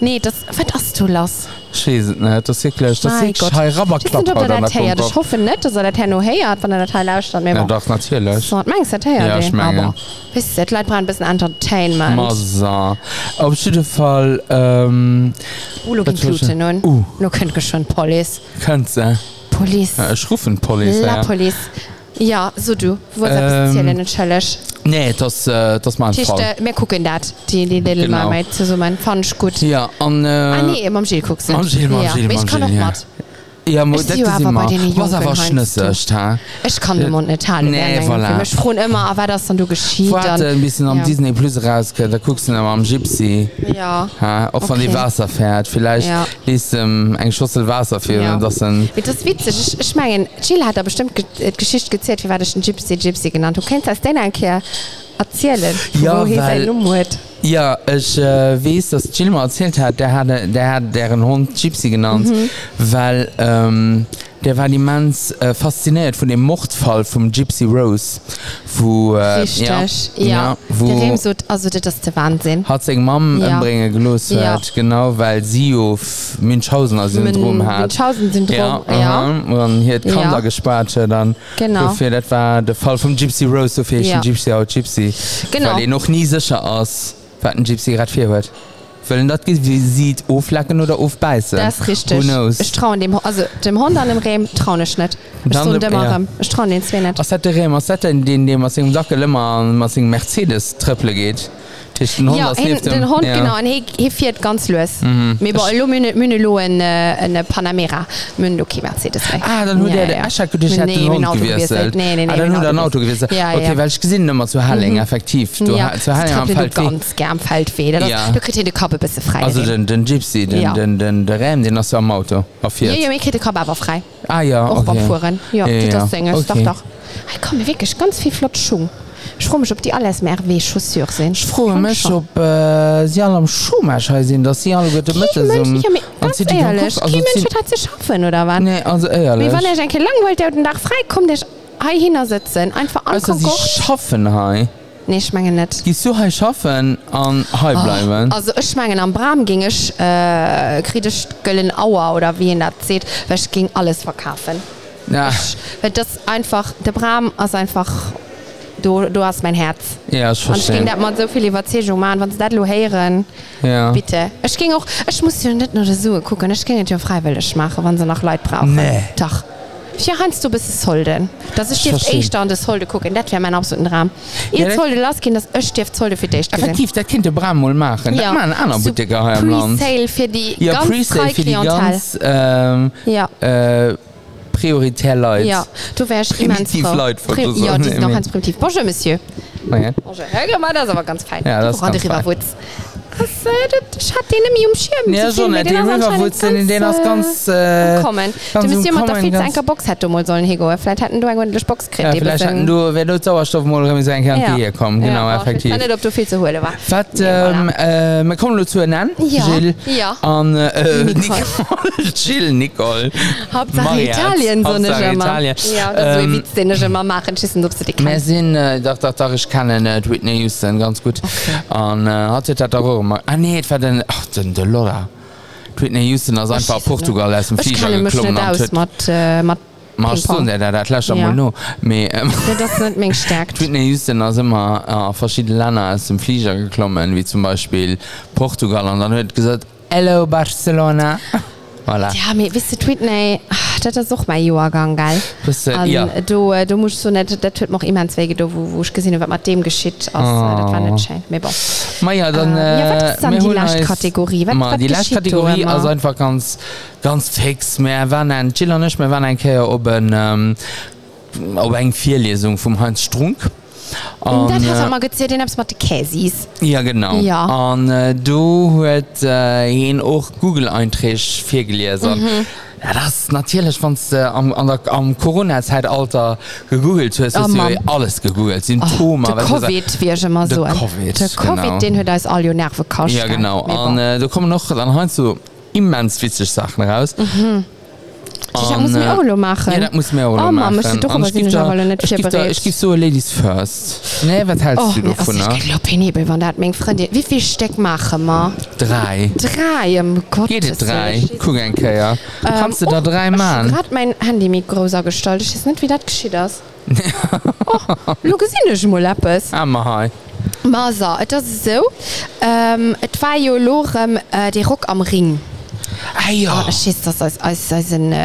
Speaker 3: Nee, das, was hast du, Lars?
Speaker 2: Ich weiß nicht, ne, das ist gleich, das
Speaker 3: Mein
Speaker 2: ist schei
Speaker 3: Ich
Speaker 2: Rabberklapp
Speaker 3: weiß nicht,
Speaker 2: heute
Speaker 3: ob er
Speaker 2: an der
Speaker 3: das her hat. Ich
Speaker 2: Konkord.
Speaker 3: hoffe nicht, dass er das her noch her hat, wenn er das her lauscht. dann mir
Speaker 2: Ja,
Speaker 3: mal-
Speaker 2: doch, natürlich.
Speaker 3: So, meinst du das her?
Speaker 2: Ja, ich
Speaker 3: nee,
Speaker 2: meine.
Speaker 3: Aber, wisst ihr, die Leute brauchen ein bisschen Entertainment.
Speaker 2: Massa. Auf jeden Fall, ähm,
Speaker 3: Oh, look in
Speaker 2: Das ist
Speaker 3: Klute
Speaker 2: schon-
Speaker 3: nun.
Speaker 2: Uh.
Speaker 3: Nun könnt ihr schon Police.
Speaker 2: könnt's, äh,
Speaker 3: Police.
Speaker 2: ich rufe einen Polizei.
Speaker 3: La Police. Ja, so du. Wo ist
Speaker 2: Ähm,
Speaker 3: das bisschen in den Challenge?
Speaker 2: Nee, das, äh, das mein
Speaker 3: Tisch,
Speaker 2: Fall.
Speaker 3: äh, wir gucken das, die, die Little
Speaker 2: Genau.
Speaker 3: Mermaid zusammen. Fand ich gut.
Speaker 2: Ja, an... Äh,
Speaker 3: Ah, nee, Mom Gilles guckst du.
Speaker 2: Mom Gilles, Mom
Speaker 3: ja.
Speaker 2: Gilles,
Speaker 3: aber
Speaker 2: Mom
Speaker 3: Ich kann doch
Speaker 2: Gilles, ja.
Speaker 3: was.
Speaker 2: Ja, mo,
Speaker 3: Ist
Speaker 2: das
Speaker 3: die
Speaker 2: ist
Speaker 3: aber
Speaker 2: immer.
Speaker 3: bei den
Speaker 2: Was aber
Speaker 3: Jungen, meinst du?
Speaker 2: schnüssig, ha?
Speaker 3: Ich kann ja. nicht Italien
Speaker 2: Nee,
Speaker 3: lernen.
Speaker 2: voilà.
Speaker 3: Ich freue immer, aber das dann du geschieht.
Speaker 2: Warte
Speaker 3: dann.
Speaker 2: äh, ein bisschen am
Speaker 3: ja.
Speaker 2: Disney Plus rauskommt, da guckst du immer am Gypsy.
Speaker 3: Ja.
Speaker 2: Ha, auch wenn
Speaker 3: Okay.
Speaker 2: die Wasser fährt, vielleicht
Speaker 3: Ja.
Speaker 2: liest ähm, ein Schussel Wasser für
Speaker 3: Ja.
Speaker 2: ja. das dann.
Speaker 3: Wie Das ist witzig. Ich, ich meine, Chile hat da bestimmt ge äh, Geschichte gezählt, wie war das ein Gypsy Gypsy genannt. Du kannst das denn einkehr erzählen,
Speaker 2: Ja,
Speaker 3: woher
Speaker 2: weil-
Speaker 3: sein Nummer hat.
Speaker 2: Ja, ich äh, weiß, dass Jill mal erzählt hat, der hat, der hat deren Hund Gypsy genannt, mhm. weil ähm, der war immens äh, fasziniert von dem Mordfall vom Gypsy Rose, wo äh,
Speaker 3: Richtig.
Speaker 2: ja, ja,
Speaker 3: wo der
Speaker 2: wo
Speaker 3: Wem so, also das ist der Wahnsinn.
Speaker 2: hat seine Mom
Speaker 3: Ja.
Speaker 2: ja. umbringen gelöst
Speaker 3: Ja.
Speaker 2: ja. genau, weil sie auf Münchhausen-Syndrom hat.
Speaker 3: Münchhausen-Syndrom,
Speaker 2: Ja,
Speaker 3: ja.
Speaker 2: aha. Und hier hat
Speaker 3: Ja.
Speaker 2: Kanada gespart äh, dann.
Speaker 3: Genau.
Speaker 2: Dafür, das war der Fall vom Gypsy Rose, so viel
Speaker 3: Ja.
Speaker 2: ja. Gypsy auch Gypsy.
Speaker 3: Genau.
Speaker 2: Weil er noch nie sicher ist, was ein Gypsy gerade für hat. Weil das sieht auflacken oder aufbeißen.
Speaker 3: Das ist
Speaker 2: Who
Speaker 3: richtig.
Speaker 2: knows?
Speaker 3: Ich traue dem, also dem Hund an dem Rehm traue ich nicht. Ich
Speaker 2: Dann
Speaker 3: traue
Speaker 2: dem-
Speaker 3: dem
Speaker 2: ja.
Speaker 3: Rehm. Ich traue den zwei nicht.
Speaker 2: Was hat der Rem? Was hat er in dem, dem was im Sockel immer an was im Mercedes-Triple geht? Tisch den Hund,
Speaker 3: Ja,
Speaker 2: das
Speaker 3: hin,
Speaker 2: hilft ihm.
Speaker 3: den Hund,
Speaker 2: ja.
Speaker 3: ja. genau, und he, he fährt ganz los. Mhm. Wir wollen nur Mühne lohen in Panamera. Mühne, okay, Mercedes.
Speaker 2: Ah, dann hat ja, der Ascher gedacht, hat den Hund gewechselt.
Speaker 3: Nee, nee, nee.
Speaker 2: Ah, dann
Speaker 3: mein
Speaker 2: hat er ein Auto gewechselt.
Speaker 3: Ja,
Speaker 2: okay,
Speaker 3: ja. Mhm.
Speaker 2: weil ich gesehen habe, zu Halling, effektiv. Du,
Speaker 3: ja,
Speaker 2: Zu Halling am
Speaker 3: Feld
Speaker 2: Feld weh.
Speaker 3: ganz gern am Feld weh. Das,
Speaker 2: Ja.
Speaker 3: Du kriegst hier den Kopf ein bisschen frei.
Speaker 2: Also
Speaker 3: den.
Speaker 2: den, den Gypsy, den,
Speaker 3: Ja.
Speaker 2: ja. den, den, den Ram, den hast du am Auto. Auf
Speaker 3: Ja,
Speaker 2: jetzt.
Speaker 3: ja, mir kriegt den Kopf aber frei.
Speaker 2: ah ja,
Speaker 3: Auch
Speaker 2: okay.
Speaker 3: beim Fahren. Ja, ja, das Ding ist
Speaker 2: Okay.
Speaker 3: doch doch. Hey, komm, wirklich ganz viel flott Schuhe. Ich freue mich, ob die alles mehr RW-Chaussure sind.
Speaker 2: Ich freue
Speaker 3: Komm
Speaker 2: mich,
Speaker 3: schon.
Speaker 2: ob äh, sie alle am Schuhmarsch sind, dass sie alle gute
Speaker 3: Kein
Speaker 2: Mitte
Speaker 3: Mensch,
Speaker 2: sind.
Speaker 3: ich hab mir-
Speaker 2: Und
Speaker 3: ganz
Speaker 2: sie die dann
Speaker 3: ehrlich,
Speaker 2: guckt,
Speaker 3: kein Mensch
Speaker 2: sie-
Speaker 3: wird halt zu schaffen, oder was?
Speaker 2: Nee, also
Speaker 3: Wie wenn
Speaker 2: ehrlich.
Speaker 3: ich eigentlich langweilt, der den Tag frei kommt, der hier hin sitzen. Einfach
Speaker 2: Also sie
Speaker 3: angucken.
Speaker 2: schaffen hei.
Speaker 3: Nee, ich meine nicht.
Speaker 2: Gehst du hei schaffen an hei bleiben?
Speaker 3: Ah, Also ich meine, am Bram ging ich äh, kritisch Göllen Auer oder wie ihr das seht, weil ich ging alles verkaufen.
Speaker 2: Ja,
Speaker 3: Weil das einfach, der Bram ist einfach, du, du hast mein Herz.
Speaker 2: ja, ich
Speaker 3: Und ich ging
Speaker 2: verstehe.
Speaker 3: da mal so viel Überzeugung machen, wenn sie das nur hören.
Speaker 2: Ja.
Speaker 3: Bitte. Ich ging auch, ich muss ja nicht nur so gucken, ich ging das ja freiwillig machen, wenn sie noch Leute brauchen.
Speaker 2: Nee.
Speaker 3: Doch. Ja, Hans, du bist es Holden. Das ist
Speaker 2: Ich
Speaker 3: jetzt
Speaker 2: verstehe.
Speaker 3: echt da und das Holde gucken. Das wäre mein absoluter Rahmen.
Speaker 2: Ja,
Speaker 3: Ihr ja,
Speaker 2: das-
Speaker 3: Holde losgehen, das ist jetzt Holde für dich gesehen.
Speaker 2: Effektiv, das könnte Bramul machen. Das machen andere
Speaker 3: So
Speaker 2: Boutique hei im Land.
Speaker 3: Pre-Sale für die
Speaker 2: Ja,
Speaker 3: ganz
Speaker 2: Pre-Sale
Speaker 3: drei
Speaker 2: für die
Speaker 3: Klientel.
Speaker 2: ganz ähm,
Speaker 3: Ja.
Speaker 2: äh, prioritär Leute.
Speaker 3: Ja, du wärst immens
Speaker 2: Primitiv
Speaker 3: froh.
Speaker 2: Leute,
Speaker 3: Pri-
Speaker 2: wollte ich
Speaker 3: Ja,
Speaker 2: sagen.
Speaker 3: die sind noch ganz primitiv. Bonjour, Monsieur.
Speaker 2: Okay.
Speaker 3: Bonjour. Hör mal, das ist aber ganz fein.
Speaker 2: Ja, das ist
Speaker 3: Woran
Speaker 2: ganz
Speaker 3: die
Speaker 2: fein.
Speaker 3: Riverwoods. Das, äh, das ich hatte den nämlich im Schirm.
Speaker 2: Ja,
Speaker 3: Sie sehen,
Speaker 2: schon,
Speaker 3: wir
Speaker 2: die
Speaker 3: den haben
Speaker 2: Riverwoods sind in
Speaker 3: anscheinend
Speaker 2: denen das ganz. äh,
Speaker 3: kommen.
Speaker 2: ganz
Speaker 3: Du müsst jemand da
Speaker 2: umkommen,
Speaker 3: viel
Speaker 2: ganz-
Speaker 3: einker Box hätte mal sollen, Hego. Vielleicht hatten du eine ordentliche Box gekriegt.
Speaker 2: Ja,
Speaker 3: die
Speaker 2: vielleicht
Speaker 3: bisschen-
Speaker 2: hatten du, wenn du Sauerstoff mal drin sein kannst, die hier kommen. Genau,
Speaker 3: Ja, Ich
Speaker 2: effektiv.
Speaker 3: weiß nicht, ob du viel zu holen war.
Speaker 2: Was,
Speaker 3: Nee,
Speaker 2: ähm,
Speaker 3: voilà.
Speaker 2: äh, wir kommen nur zu Hernan,
Speaker 3: Ja,
Speaker 2: Jill.
Speaker 3: ja.
Speaker 2: Und, äh,
Speaker 3: Nicole.
Speaker 2: Nicole. Jill, Nicole.
Speaker 3: Hauptsache
Speaker 2: Mariette.
Speaker 3: Italien, so eine
Speaker 2: Hauptsache
Speaker 3: Schimmer.
Speaker 2: Italien.
Speaker 3: Ja, das ist so ein
Speaker 2: Ähm,
Speaker 3: Witz, den ich immer machen. Schießen, ob sie die
Speaker 2: Wir
Speaker 3: kannst.
Speaker 2: sind, äh, doch, doch, doch, ich kann äh, Whitney Houston ganz gut. Und äh, hat sie das auch gemacht. Ah, nee, das war dann, ach, dann der Laura. Whitney Houston ist einfach
Speaker 3: schießen, ne?
Speaker 2: Portugal aus dem
Speaker 3: Ich
Speaker 2: Flieger
Speaker 3: kann mich
Speaker 2: geklommen
Speaker 3: nicht
Speaker 2: und
Speaker 3: aus
Speaker 2: hat
Speaker 3: mit äh, mit
Speaker 2: Machst du
Speaker 3: Ping-Pong.
Speaker 2: denn äh, das? Das
Speaker 3: Ja.
Speaker 2: mal noch. Aber, ähm,
Speaker 3: Ja, Das ist nicht mein Stärkt.
Speaker 2: Whitney Houston ist immer äh, verschiedene Länder aus dem Flieger geklommen, wie zum Beispiel Portugal. Und dann hat gesagt, hello Barcelona. Voilà.
Speaker 3: Ja, mir, wisst ihr, Whitney, ah, das ist auch mein Jahrgang, geil.
Speaker 2: Wisst ihr, ja.
Speaker 3: Du, äh, du musst so nicht, das tut mir auch immer ins Wege, da, wo, wo ich gesehen habe, was mit dem geschieht. Also, oh. Das war nicht schön. Mir bon.
Speaker 2: Ma ja, dann,
Speaker 3: Äh,
Speaker 2: äh,
Speaker 3: ja, was ist dann
Speaker 2: wir
Speaker 3: die
Speaker 2: holen uns-
Speaker 3: Lastkategorie? Was-
Speaker 2: Ma,
Speaker 3: was
Speaker 2: die
Speaker 3: geschieht
Speaker 2: Lastkategorie
Speaker 3: da immer?
Speaker 2: ist einfach ganz, ganz fix. Wir waren ein Chiller nicht, wir waren ein Kerl oben, ähm, ob eine Vierlesung vom Hans Strunk.
Speaker 3: Und Oh, das
Speaker 2: Und,
Speaker 3: hast
Speaker 2: äh,
Speaker 3: du mal gezählt, den hab's mit den Käsis.
Speaker 2: Ja, genau.
Speaker 3: Ja.
Speaker 2: Und äh, du hast äh, ihn auch Google-Einträge viel gelesen. Mhm. Ja, das ist natürlich, wenn du äh, am, an der- am Corona-Zeitalter gegoogelt hast,
Speaker 3: Oh,
Speaker 2: hast du
Speaker 3: Mann.
Speaker 2: ja alles gegoogelt.
Speaker 3: Oh,
Speaker 2: Symptome,
Speaker 3: der
Speaker 2: weißt du, so-
Speaker 3: Covid, wie ich immer
Speaker 2: Der
Speaker 3: so.
Speaker 2: Covid,
Speaker 3: der Covid,
Speaker 2: genau.
Speaker 3: den hat uns alle Nerven gekostet.
Speaker 2: Ja, genau.
Speaker 3: Mir bon.
Speaker 2: Und äh, da kommen noch, dann hast du immens witzige Sachen raus.
Speaker 3: Das
Speaker 2: Und,
Speaker 3: Mhm. muss man
Speaker 2: äh,
Speaker 3: auch noch machen.
Speaker 2: Ja, das muss man auch
Speaker 3: Oh,
Speaker 2: noch
Speaker 3: Mann,
Speaker 2: machen.
Speaker 3: müsst ihr doch
Speaker 2: Und
Speaker 3: aber
Speaker 2: ich
Speaker 3: sehen,
Speaker 2: geb
Speaker 3: ich
Speaker 2: da-
Speaker 3: hab alle nicht
Speaker 2: ich
Speaker 3: viel
Speaker 2: geb da-
Speaker 3: berät.
Speaker 2: Ich gebe so Ladies first. Ne, was hältst
Speaker 3: Oh,
Speaker 2: du
Speaker 3: mir ist
Speaker 2: davon? ne?
Speaker 3: das glaube ich nicht, wenn das mein Freund... Wie viel Steck machen wir?
Speaker 2: Drei.
Speaker 3: Drei, um Gottes
Speaker 2: Jede drei.
Speaker 3: Willen.
Speaker 2: Guck ein ja. Kannst du
Speaker 3: oh,
Speaker 2: da drei
Speaker 3: Ich
Speaker 2: machen?
Speaker 3: habe gerade mein Handy mit größer gestellt. Ich weiß nicht, wie das geschieht ist. oh, schau, gesehen ich mal etwas.
Speaker 2: Ah, mach hei.
Speaker 3: ähm, Masa, das ist so. Ähm, es war ja Lorem, äh, der Rock am Ring.
Speaker 2: Ah, ja.
Speaker 3: schiss das als als als ein äh,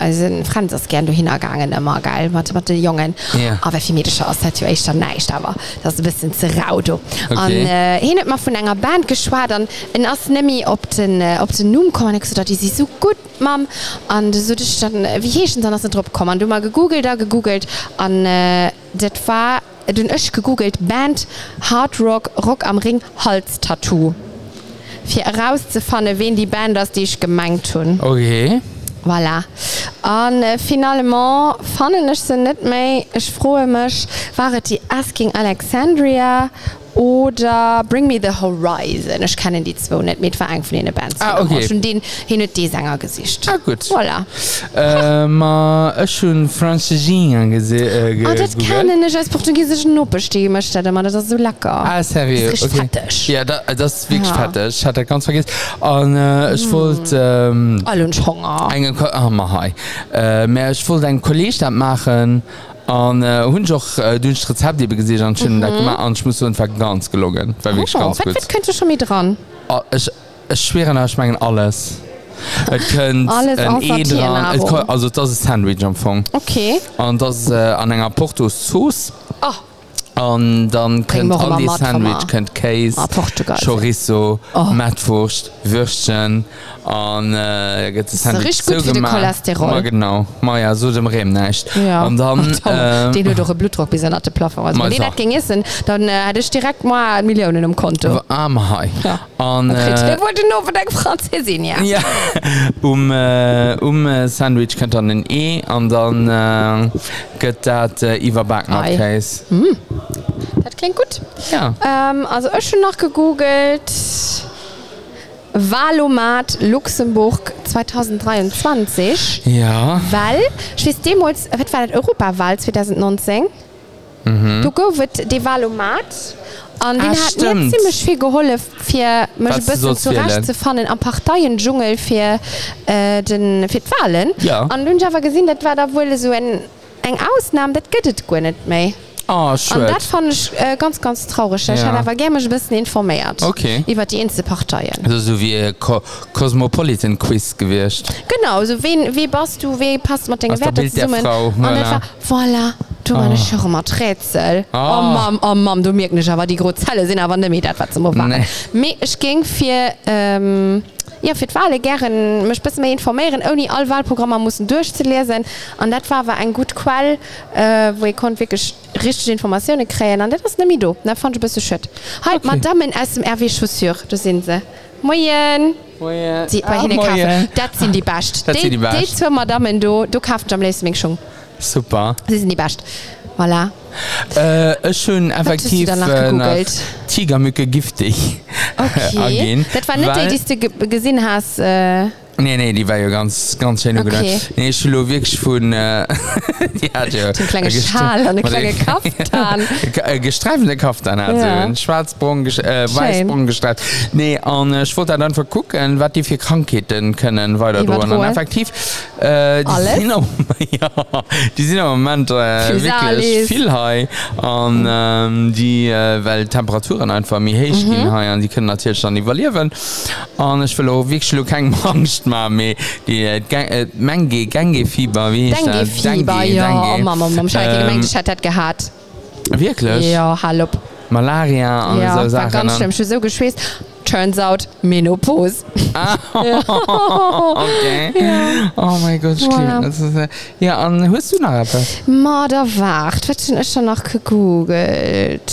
Speaker 3: als ein Franzis gern du hingegangen immer geil mit mit den Jungen
Speaker 2: Ja.
Speaker 3: aber für mich das hat ja echt dann nicht aber das ist ein bisschen zu rau du
Speaker 2: Okay.
Speaker 3: und äh, hin hat man von einer Band geschwadern und aus nämlich ob den äh, ob den Numen kommen ich so dachte die sie so gut Mom und so das ist dann äh, wie hieß denn dann das drauf kommen du mal gegoogelt da gegoogelt und äh, das war den ich gegoogelt Band Hard Rock Rock am Ring Holz Tattoo fir herauszufanne, wen die Band ass Diich gemengt hunn.
Speaker 2: Okay.
Speaker 3: Voilà. An äh, finalement fannenech se net méi Ech froe mech waret die Asking Alexandria oder Bring me the Horizon. Ech kennen die zwo net mit war eng vu dee Band.
Speaker 2: Ah, okay.
Speaker 3: schon den hinet de Sänger gesicht.
Speaker 2: Ah, gut.
Speaker 3: Voilà.
Speaker 2: Äh, ma ech hun Francesin angesehen. Äh, ge-
Speaker 3: Ah, dat
Speaker 2: googelt.
Speaker 3: kennen ech als portugiesischen Noppe stemecht, dat man dat so lecker.
Speaker 2: Ah, seriös.
Speaker 3: Das ist richtig fettig.
Speaker 2: Ja, da, das ist wirklich
Speaker 3: Ja. Mm.
Speaker 2: ja. fettig. Ich hatte ganz vergessen. Und äh, ich wollte. Ähm,
Speaker 3: All hunsch Hunger.
Speaker 2: Einen Ko oh, ma, hi. Äh, mehr, ich wollte einen Kolleg das machen. Und äh, hun auch äh, dünnes Rezept die gesehen und schön mhm. gemacht. Und ich muss so einfach ganz gelungen. War wirklich oh, ganz
Speaker 3: wat,
Speaker 2: gut.
Speaker 3: wat könnt du schon mit dran?
Speaker 2: Oh, ich, ich schwere nach, ich meine alles. Es könnt
Speaker 3: Alles außer
Speaker 2: Edran, es
Speaker 3: Tiernahrung.
Speaker 2: kann, also das ist Sandwich am Fong.
Speaker 3: Okay.
Speaker 2: Und das ist äh, an einer Porto Sauce.
Speaker 3: Ah.
Speaker 2: Und dann
Speaker 3: Bring
Speaker 2: könnt
Speaker 3: mir mal
Speaker 2: all die
Speaker 3: Matt von mir.
Speaker 2: Sandwich, könnt Käse,
Speaker 3: Ah, Portugal.
Speaker 2: Chorizo, oh. Mettwurst, Würstchen und äh, gibt es
Speaker 3: ist
Speaker 2: Sandwich
Speaker 3: richtig gut
Speaker 2: so
Speaker 3: für die
Speaker 2: gemacht.
Speaker 3: Cholesterol.
Speaker 2: Ma, genau. Ma, ja, so dem Rehm nicht.
Speaker 3: Ja.
Speaker 2: Und dann,
Speaker 3: Toll.
Speaker 2: ähm,
Speaker 3: den du doch einen Blutdruck bis an der Plaffer also,
Speaker 2: Mal
Speaker 3: wenn den
Speaker 2: so.
Speaker 3: das ging essen dann äh, hätte ich direkt mal Millionen im Konto
Speaker 2: arm Hai.
Speaker 3: Ja.
Speaker 2: Ah, Und,
Speaker 3: äh,
Speaker 2: äh,
Speaker 3: ich wollte nur von der Französin ja,
Speaker 2: ja. um äh, um äh, Sandwich könnt an den E an dann äh, gëtt dat äh, Iwerbacken
Speaker 3: Ei.
Speaker 2: abkäis.
Speaker 3: das klingt gut
Speaker 2: Ja.
Speaker 3: ähm, also ich schon noch gegoogelt Valomat Luxemburg 2023
Speaker 2: Ja.
Speaker 3: weil schließ demals wird war das Europawahl 2019 mhm. du go wird die Valomat an den
Speaker 2: Ah,
Speaker 3: hat mir
Speaker 2: stimmt.
Speaker 3: ziemlich viel geholle für mich
Speaker 2: Was
Speaker 3: ein
Speaker 2: du
Speaker 3: bisschen
Speaker 2: sollst
Speaker 3: zurecht
Speaker 2: wählen.
Speaker 3: zu fahren am Parteiendschungel für äh, den für die Wahlen
Speaker 2: Ja.
Speaker 3: und nun aber gesehen das war da wohl so ein eng Ausnahme das gittet gar nicht mehr
Speaker 2: Oh,
Speaker 3: und
Speaker 2: schön.
Speaker 3: das fand ich äh, ganz ganz traurig ich
Speaker 2: Ja.
Speaker 3: habe aber gerne mich ein bisschen informiert
Speaker 2: Okay.
Speaker 3: über die Einzelparteien
Speaker 2: Also so wie äh, Co Cosmopolitan Quiz gewircht.
Speaker 3: Genau, so wen, wie bast du, wie passt man den
Speaker 2: Aus der
Speaker 3: Werte
Speaker 2: Bild der
Speaker 3: zusammen?
Speaker 2: Frau,
Speaker 3: Und
Speaker 2: voilà.
Speaker 3: einfach, voilà, du meine Schirmer, Trätsel. Oh,
Speaker 2: Ah.
Speaker 3: Mam, oh Mam, du merkst nicht, aber die Grozelle sind aber nicht mehr das, was zum Aufwachen. Nee. Ich ging für, ähm, ja, für die Wahlen gerne mich ein bisschen mehr informieren, ohne alle Wahlprogramme mussten durchzulesen. Und das war aber ein guter Quell, äh, wo ich konnte wirklich richtige Informationen kriegen. Und das ist nämlich du. Das fand ich ein bisschen schön. Halt, okay. Madame aus dem RW Chaussure, da sind sie. Moin! Sie bei hinne kaufen. Das sind die Best.
Speaker 2: Ah, Das sind die Best.
Speaker 3: Die zwei Madamen, du, du kaufst am liebsten schon.
Speaker 2: Super.
Speaker 3: Sie sind die Best. Voilà.
Speaker 2: Äh, äh, schön effektiv
Speaker 3: danach
Speaker 2: äh, nach
Speaker 3: gegoogelt?
Speaker 2: Tigermücke giftig.
Speaker 3: Okay.
Speaker 2: angehen,
Speaker 3: Das war nicht
Speaker 2: weil-
Speaker 3: die, die du ge- gesehen hast. Äh,
Speaker 2: Nee, nee, die war ja ganz, ganz schön
Speaker 3: Okay.
Speaker 2: gedacht. Nee, ich will wirklich von, äh, die hat ja...
Speaker 3: Den kleinen
Speaker 2: äh, gest-
Speaker 3: Schal und den kleinen
Speaker 2: Ja,
Speaker 3: Kaftan.
Speaker 2: äh, gestreifende Kaftan hat
Speaker 3: Ja.
Speaker 2: ja. sie, schwarzbraun, ges- äh,
Speaker 3: Schön.
Speaker 2: weißbraun gestreift. Nee, und äh, ich wollte dann vergucken, was die für Krankheiten können weiter
Speaker 3: Die was
Speaker 2: drohen. Und
Speaker 3: drohen?
Speaker 2: effektiv, äh, die
Speaker 3: Alles?
Speaker 2: sind auch, ja, die sind im Moment äh, wirklich
Speaker 3: Physalis.
Speaker 2: viel high. Und ähm, die, äh, weil Temperaturen einfach mir hoch gehen,
Speaker 3: Mhm.
Speaker 2: high, und die können natürlich dann evaluieren. Und ich will auch wirklich auch keine Angst machen, mehr. die äh, Gang- äh, Menge, Dengue-Fieber, wie heißt
Speaker 3: Dengue,
Speaker 2: das?
Speaker 3: Fieber, ja. Oh,
Speaker 2: Dengue.
Speaker 3: Mama, Mama, ich habe
Speaker 2: Ähm,
Speaker 3: gemeint, ich hätte das gehabt.
Speaker 2: Wirklich?
Speaker 3: Ja, hallo.
Speaker 2: Malaria und
Speaker 3: Ja,
Speaker 2: so
Speaker 3: war
Speaker 2: Sachen.
Speaker 3: ganz schlimm. Ich bin so geschwäst. Turns out, Menopause.
Speaker 2: Okay. Ja. Oh mein Gott, voilà.
Speaker 3: Voilà.
Speaker 2: das ist, äh, ja, und hörst du noch etwas?
Speaker 3: Marder wacht. Was schon ist schon noch gegoogelt?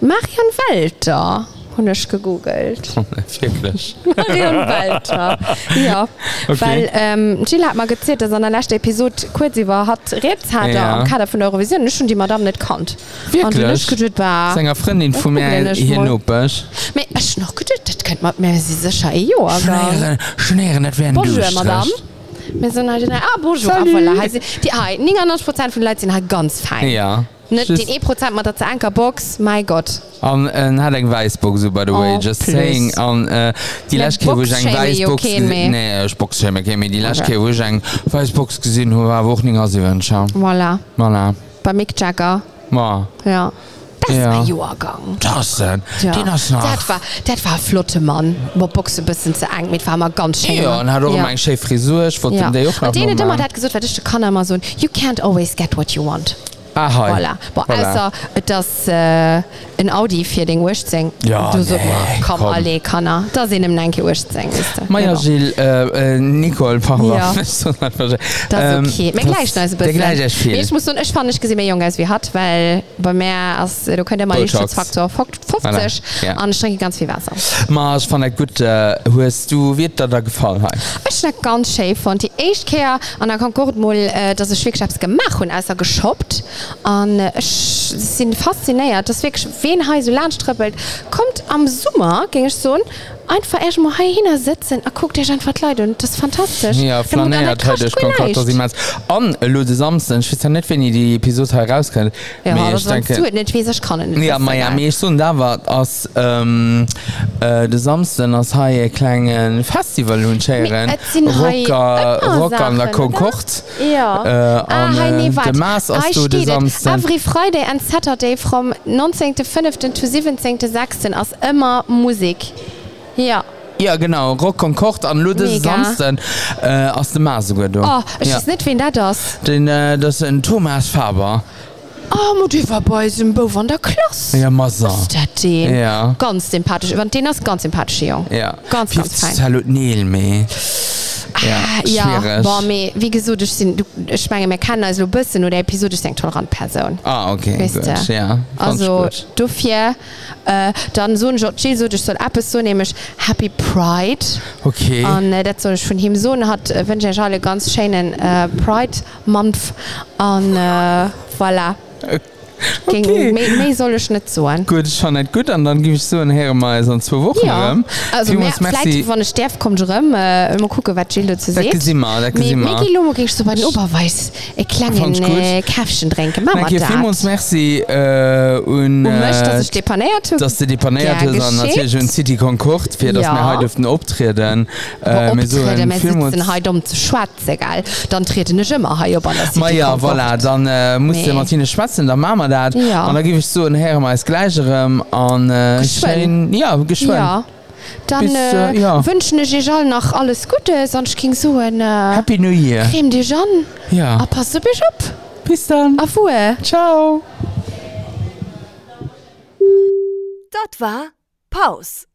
Speaker 3: Marion Walter. Habe ich gegoogelt.
Speaker 2: Wirklich?
Speaker 3: Marion Walter. Ja,
Speaker 2: Okay.
Speaker 3: okay. weil ähm, Gila hat mal gezählt, dass an der letzten Episode kurz über hat Rebshader
Speaker 2: Ja.
Speaker 3: ja. am Kader von der Eurovision nicht schon die Madame nicht kannt. Und
Speaker 2: Wirklich?
Speaker 3: die nicht gedacht war.
Speaker 2: Seine Freundin von mir
Speaker 3: probier nicht
Speaker 2: hier
Speaker 3: mal.
Speaker 2: noppisch.
Speaker 3: Mir ist noch gedacht, das könnte man mir sie sicher eh ja sagen.
Speaker 2: Schnären, Schnären, das wären
Speaker 3: Bonjour, Madame. Wir sind halt in der, ah, bonjour, ah, voilà. heißt sie. Die, ah, 99% von den Leuten sind halt ganz fein.
Speaker 2: Ja.
Speaker 3: Nicht
Speaker 2: Tschüss.
Speaker 3: den E-Prozent mit der Ankerbox, mein Gott.
Speaker 2: Um, äh, hat eng Weißbox so by the way
Speaker 3: Oh,
Speaker 2: oh, just
Speaker 3: plus.
Speaker 2: saying um, äh, die
Speaker 3: Ja,
Speaker 2: Lachke wo ich eng
Speaker 3: Boxschäme, ja,
Speaker 2: Weißbox
Speaker 3: kein mehr.
Speaker 2: nee, ich Boxschäme, kein mehr. die Lachke
Speaker 3: Okay.
Speaker 2: okay. wo ich eng Weißbox gesinn ho war wochning as wen schau
Speaker 3: Voilà.
Speaker 2: voilà.
Speaker 3: Bei Mick Jagger.
Speaker 2: Ma.
Speaker 3: Ja. Das
Speaker 2: Ja.
Speaker 3: ja. war Joergang.
Speaker 2: Das denn? Ja. Den hast du noch.
Speaker 3: Dat war, dat war flotte Mann Bo Boxe bisssen ze eng mit war immer ganz schön
Speaker 2: Ja, und hat auch immer eine schöne Frisur. Ich wollte
Speaker 3: Ja.
Speaker 2: den auch noch
Speaker 3: Und denen
Speaker 2: mal
Speaker 3: immer
Speaker 2: machen.
Speaker 3: dat gesucht watchte kann immer so ein, you can't always get what you want
Speaker 2: Ah, hi.
Speaker 3: voilà. Boah,
Speaker 2: Voilà.
Speaker 3: voilà. also das äh, ein Audi für den Wurzing
Speaker 2: Ja,
Speaker 3: du so,
Speaker 2: nee, komm.
Speaker 3: komm, komm. alle kann er da sind im Nanke Wurzing
Speaker 2: Meier Gil äh, äh, Nicole
Speaker 3: Ja. Das ist okay. Ähm, gleich noch ein bisschen. Nee, Ich
Speaker 2: Gleichfir
Speaker 3: muss so ein spannend gesehen, mehr jung als wir hat, weil bei mir, als, du könnt ja mal den
Speaker 2: Botox.
Speaker 3: Schutzfaktor 50
Speaker 2: Voilà, ja.
Speaker 3: und ich trinke ganz viel Wasser.
Speaker 2: Mars fan der gut äh, huest du wird da da gefallen he.
Speaker 3: Ich schnack ganz schön von die Echtkehr und dann kommt gut mal, äh, dass ich wirklich etwas gemacht und also geshoppt und äh, ich sind fasziniert, dass wirklich wen hei so lang strippelt, kommt am Sommer, ging ich so, einfach erstmal hier hin sitzen und guckt euch einfach die Leute an. das ist fantastisch.
Speaker 2: Ja,
Speaker 3: Da muss man
Speaker 2: flaniert
Speaker 3: nicht
Speaker 2: heute ich
Speaker 3: krass
Speaker 2: komplett
Speaker 3: leicht.
Speaker 2: dass ich meinst. An Lode Samsten ich weiß ja nicht wenn ihr die Episode herauskennt.
Speaker 3: Ja, aber sonst tut nicht, wie ich kann. nicht.
Speaker 2: Ja
Speaker 3: Das ist
Speaker 2: Meier
Speaker 3: egal.
Speaker 2: méch so da war ass ähm, äh, de samsten ass haie klengen Festival hunscheieren
Speaker 3: Mi- et sinn hai immer
Speaker 2: Rock an der
Speaker 3: Sachen,
Speaker 2: Konkord
Speaker 3: Ja. Ah,
Speaker 2: äh, an
Speaker 3: hi,
Speaker 2: äh,
Speaker 3: wart.
Speaker 2: de Maas
Speaker 3: Ah,
Speaker 2: ass du de
Speaker 3: steht it.
Speaker 2: samsten.
Speaker 3: Every Friday and Saturday vom 19.05. to 17.06. aus immer Musik. Ja.
Speaker 2: Ja genau Rock Konkord an Lude
Speaker 3: Mega.
Speaker 2: samsten äh, ass de Maas go do.
Speaker 3: Oh, ich ja.
Speaker 2: ja.
Speaker 3: weiß nicht, wen da das.
Speaker 2: Den äh, das en Thomas Faber
Speaker 3: Oh, aber die war bei Simbo von der Klasse.
Speaker 2: Ja Massa.
Speaker 3: Ist das den?
Speaker 2: Ja.
Speaker 3: Ganz sympathisch. Und den ist ganz sympathisch, Jung.
Speaker 2: Ja.
Speaker 3: Ganz, ganz fein.
Speaker 2: Salut Neil me.
Speaker 3: Ah, ja, boah, me, wie gesagt, ich, sind, du, ich meine, man kann also ein bisschen oder Episode ist eine tolerante Person.
Speaker 2: Ah okay.
Speaker 3: Weißt
Speaker 2: Gut.
Speaker 3: du?
Speaker 2: Ja. fand's
Speaker 3: also
Speaker 2: gut.
Speaker 3: dofir äh, dann so ein Jo- Jill so ich soll App so nämlich Happy Pride
Speaker 2: Okay.
Speaker 3: an äh, dat soll ich von him Sohn hat äh, wenn ich alle ganz schönen äh, Pride Month an äh, voilà
Speaker 2: Okay.
Speaker 3: okay. soll ich nicht so an
Speaker 2: Gut, schon nicht gut, und dann gebe ich so einen Herrenmeister in zwei Wochen.
Speaker 3: ja.
Speaker 2: rum.
Speaker 3: also mehr,
Speaker 2: Jungs, merci.
Speaker 3: vielleicht wann Sterf kommt rum, äh, immer gucke was Jill zu
Speaker 2: Da gesehen
Speaker 3: sehen
Speaker 2: mal, da gesehen mal.
Speaker 3: ging so bei den Oberweis e
Speaker 2: Fand's
Speaker 3: klangen
Speaker 2: gut.
Speaker 3: äh, Käfchen trinken
Speaker 2: Danke vielmals, merci. Äh, und, äh,
Speaker 3: ich depaniert
Speaker 2: dass du die Panel
Speaker 3: Gern
Speaker 2: hattest, und
Speaker 3: geschickt.
Speaker 2: natürlich und City Concord, für das
Speaker 3: Ja.
Speaker 2: wir heute dürfen auftreten. Äh, wir so einen vielmals-
Speaker 3: um zu schwarz egal dann treten nicht immer hier über das
Speaker 2: Ma ja, voilà, dann äh, muss
Speaker 3: Nee.
Speaker 2: nee. Martine schwatzen, dann machen wir das.
Speaker 3: Ja.
Speaker 2: Und dann gebe ich so einen Herrenmeister gleicherem und äh,
Speaker 3: Geschwind.
Speaker 2: schön. Ja, geschwind.
Speaker 3: ja dann
Speaker 2: Bis,
Speaker 3: äh,
Speaker 2: äh, ja.
Speaker 3: wünschen ich all noch alles Gute sonst ging so ein äh,
Speaker 2: Happy Ah. New Year.
Speaker 3: Creme de Ah, Jean
Speaker 2: Ja.
Speaker 3: pass mich ab
Speaker 2: Bis dann.
Speaker 3: auf Uhr.
Speaker 2: Ciao.
Speaker 1: Dat war Paus.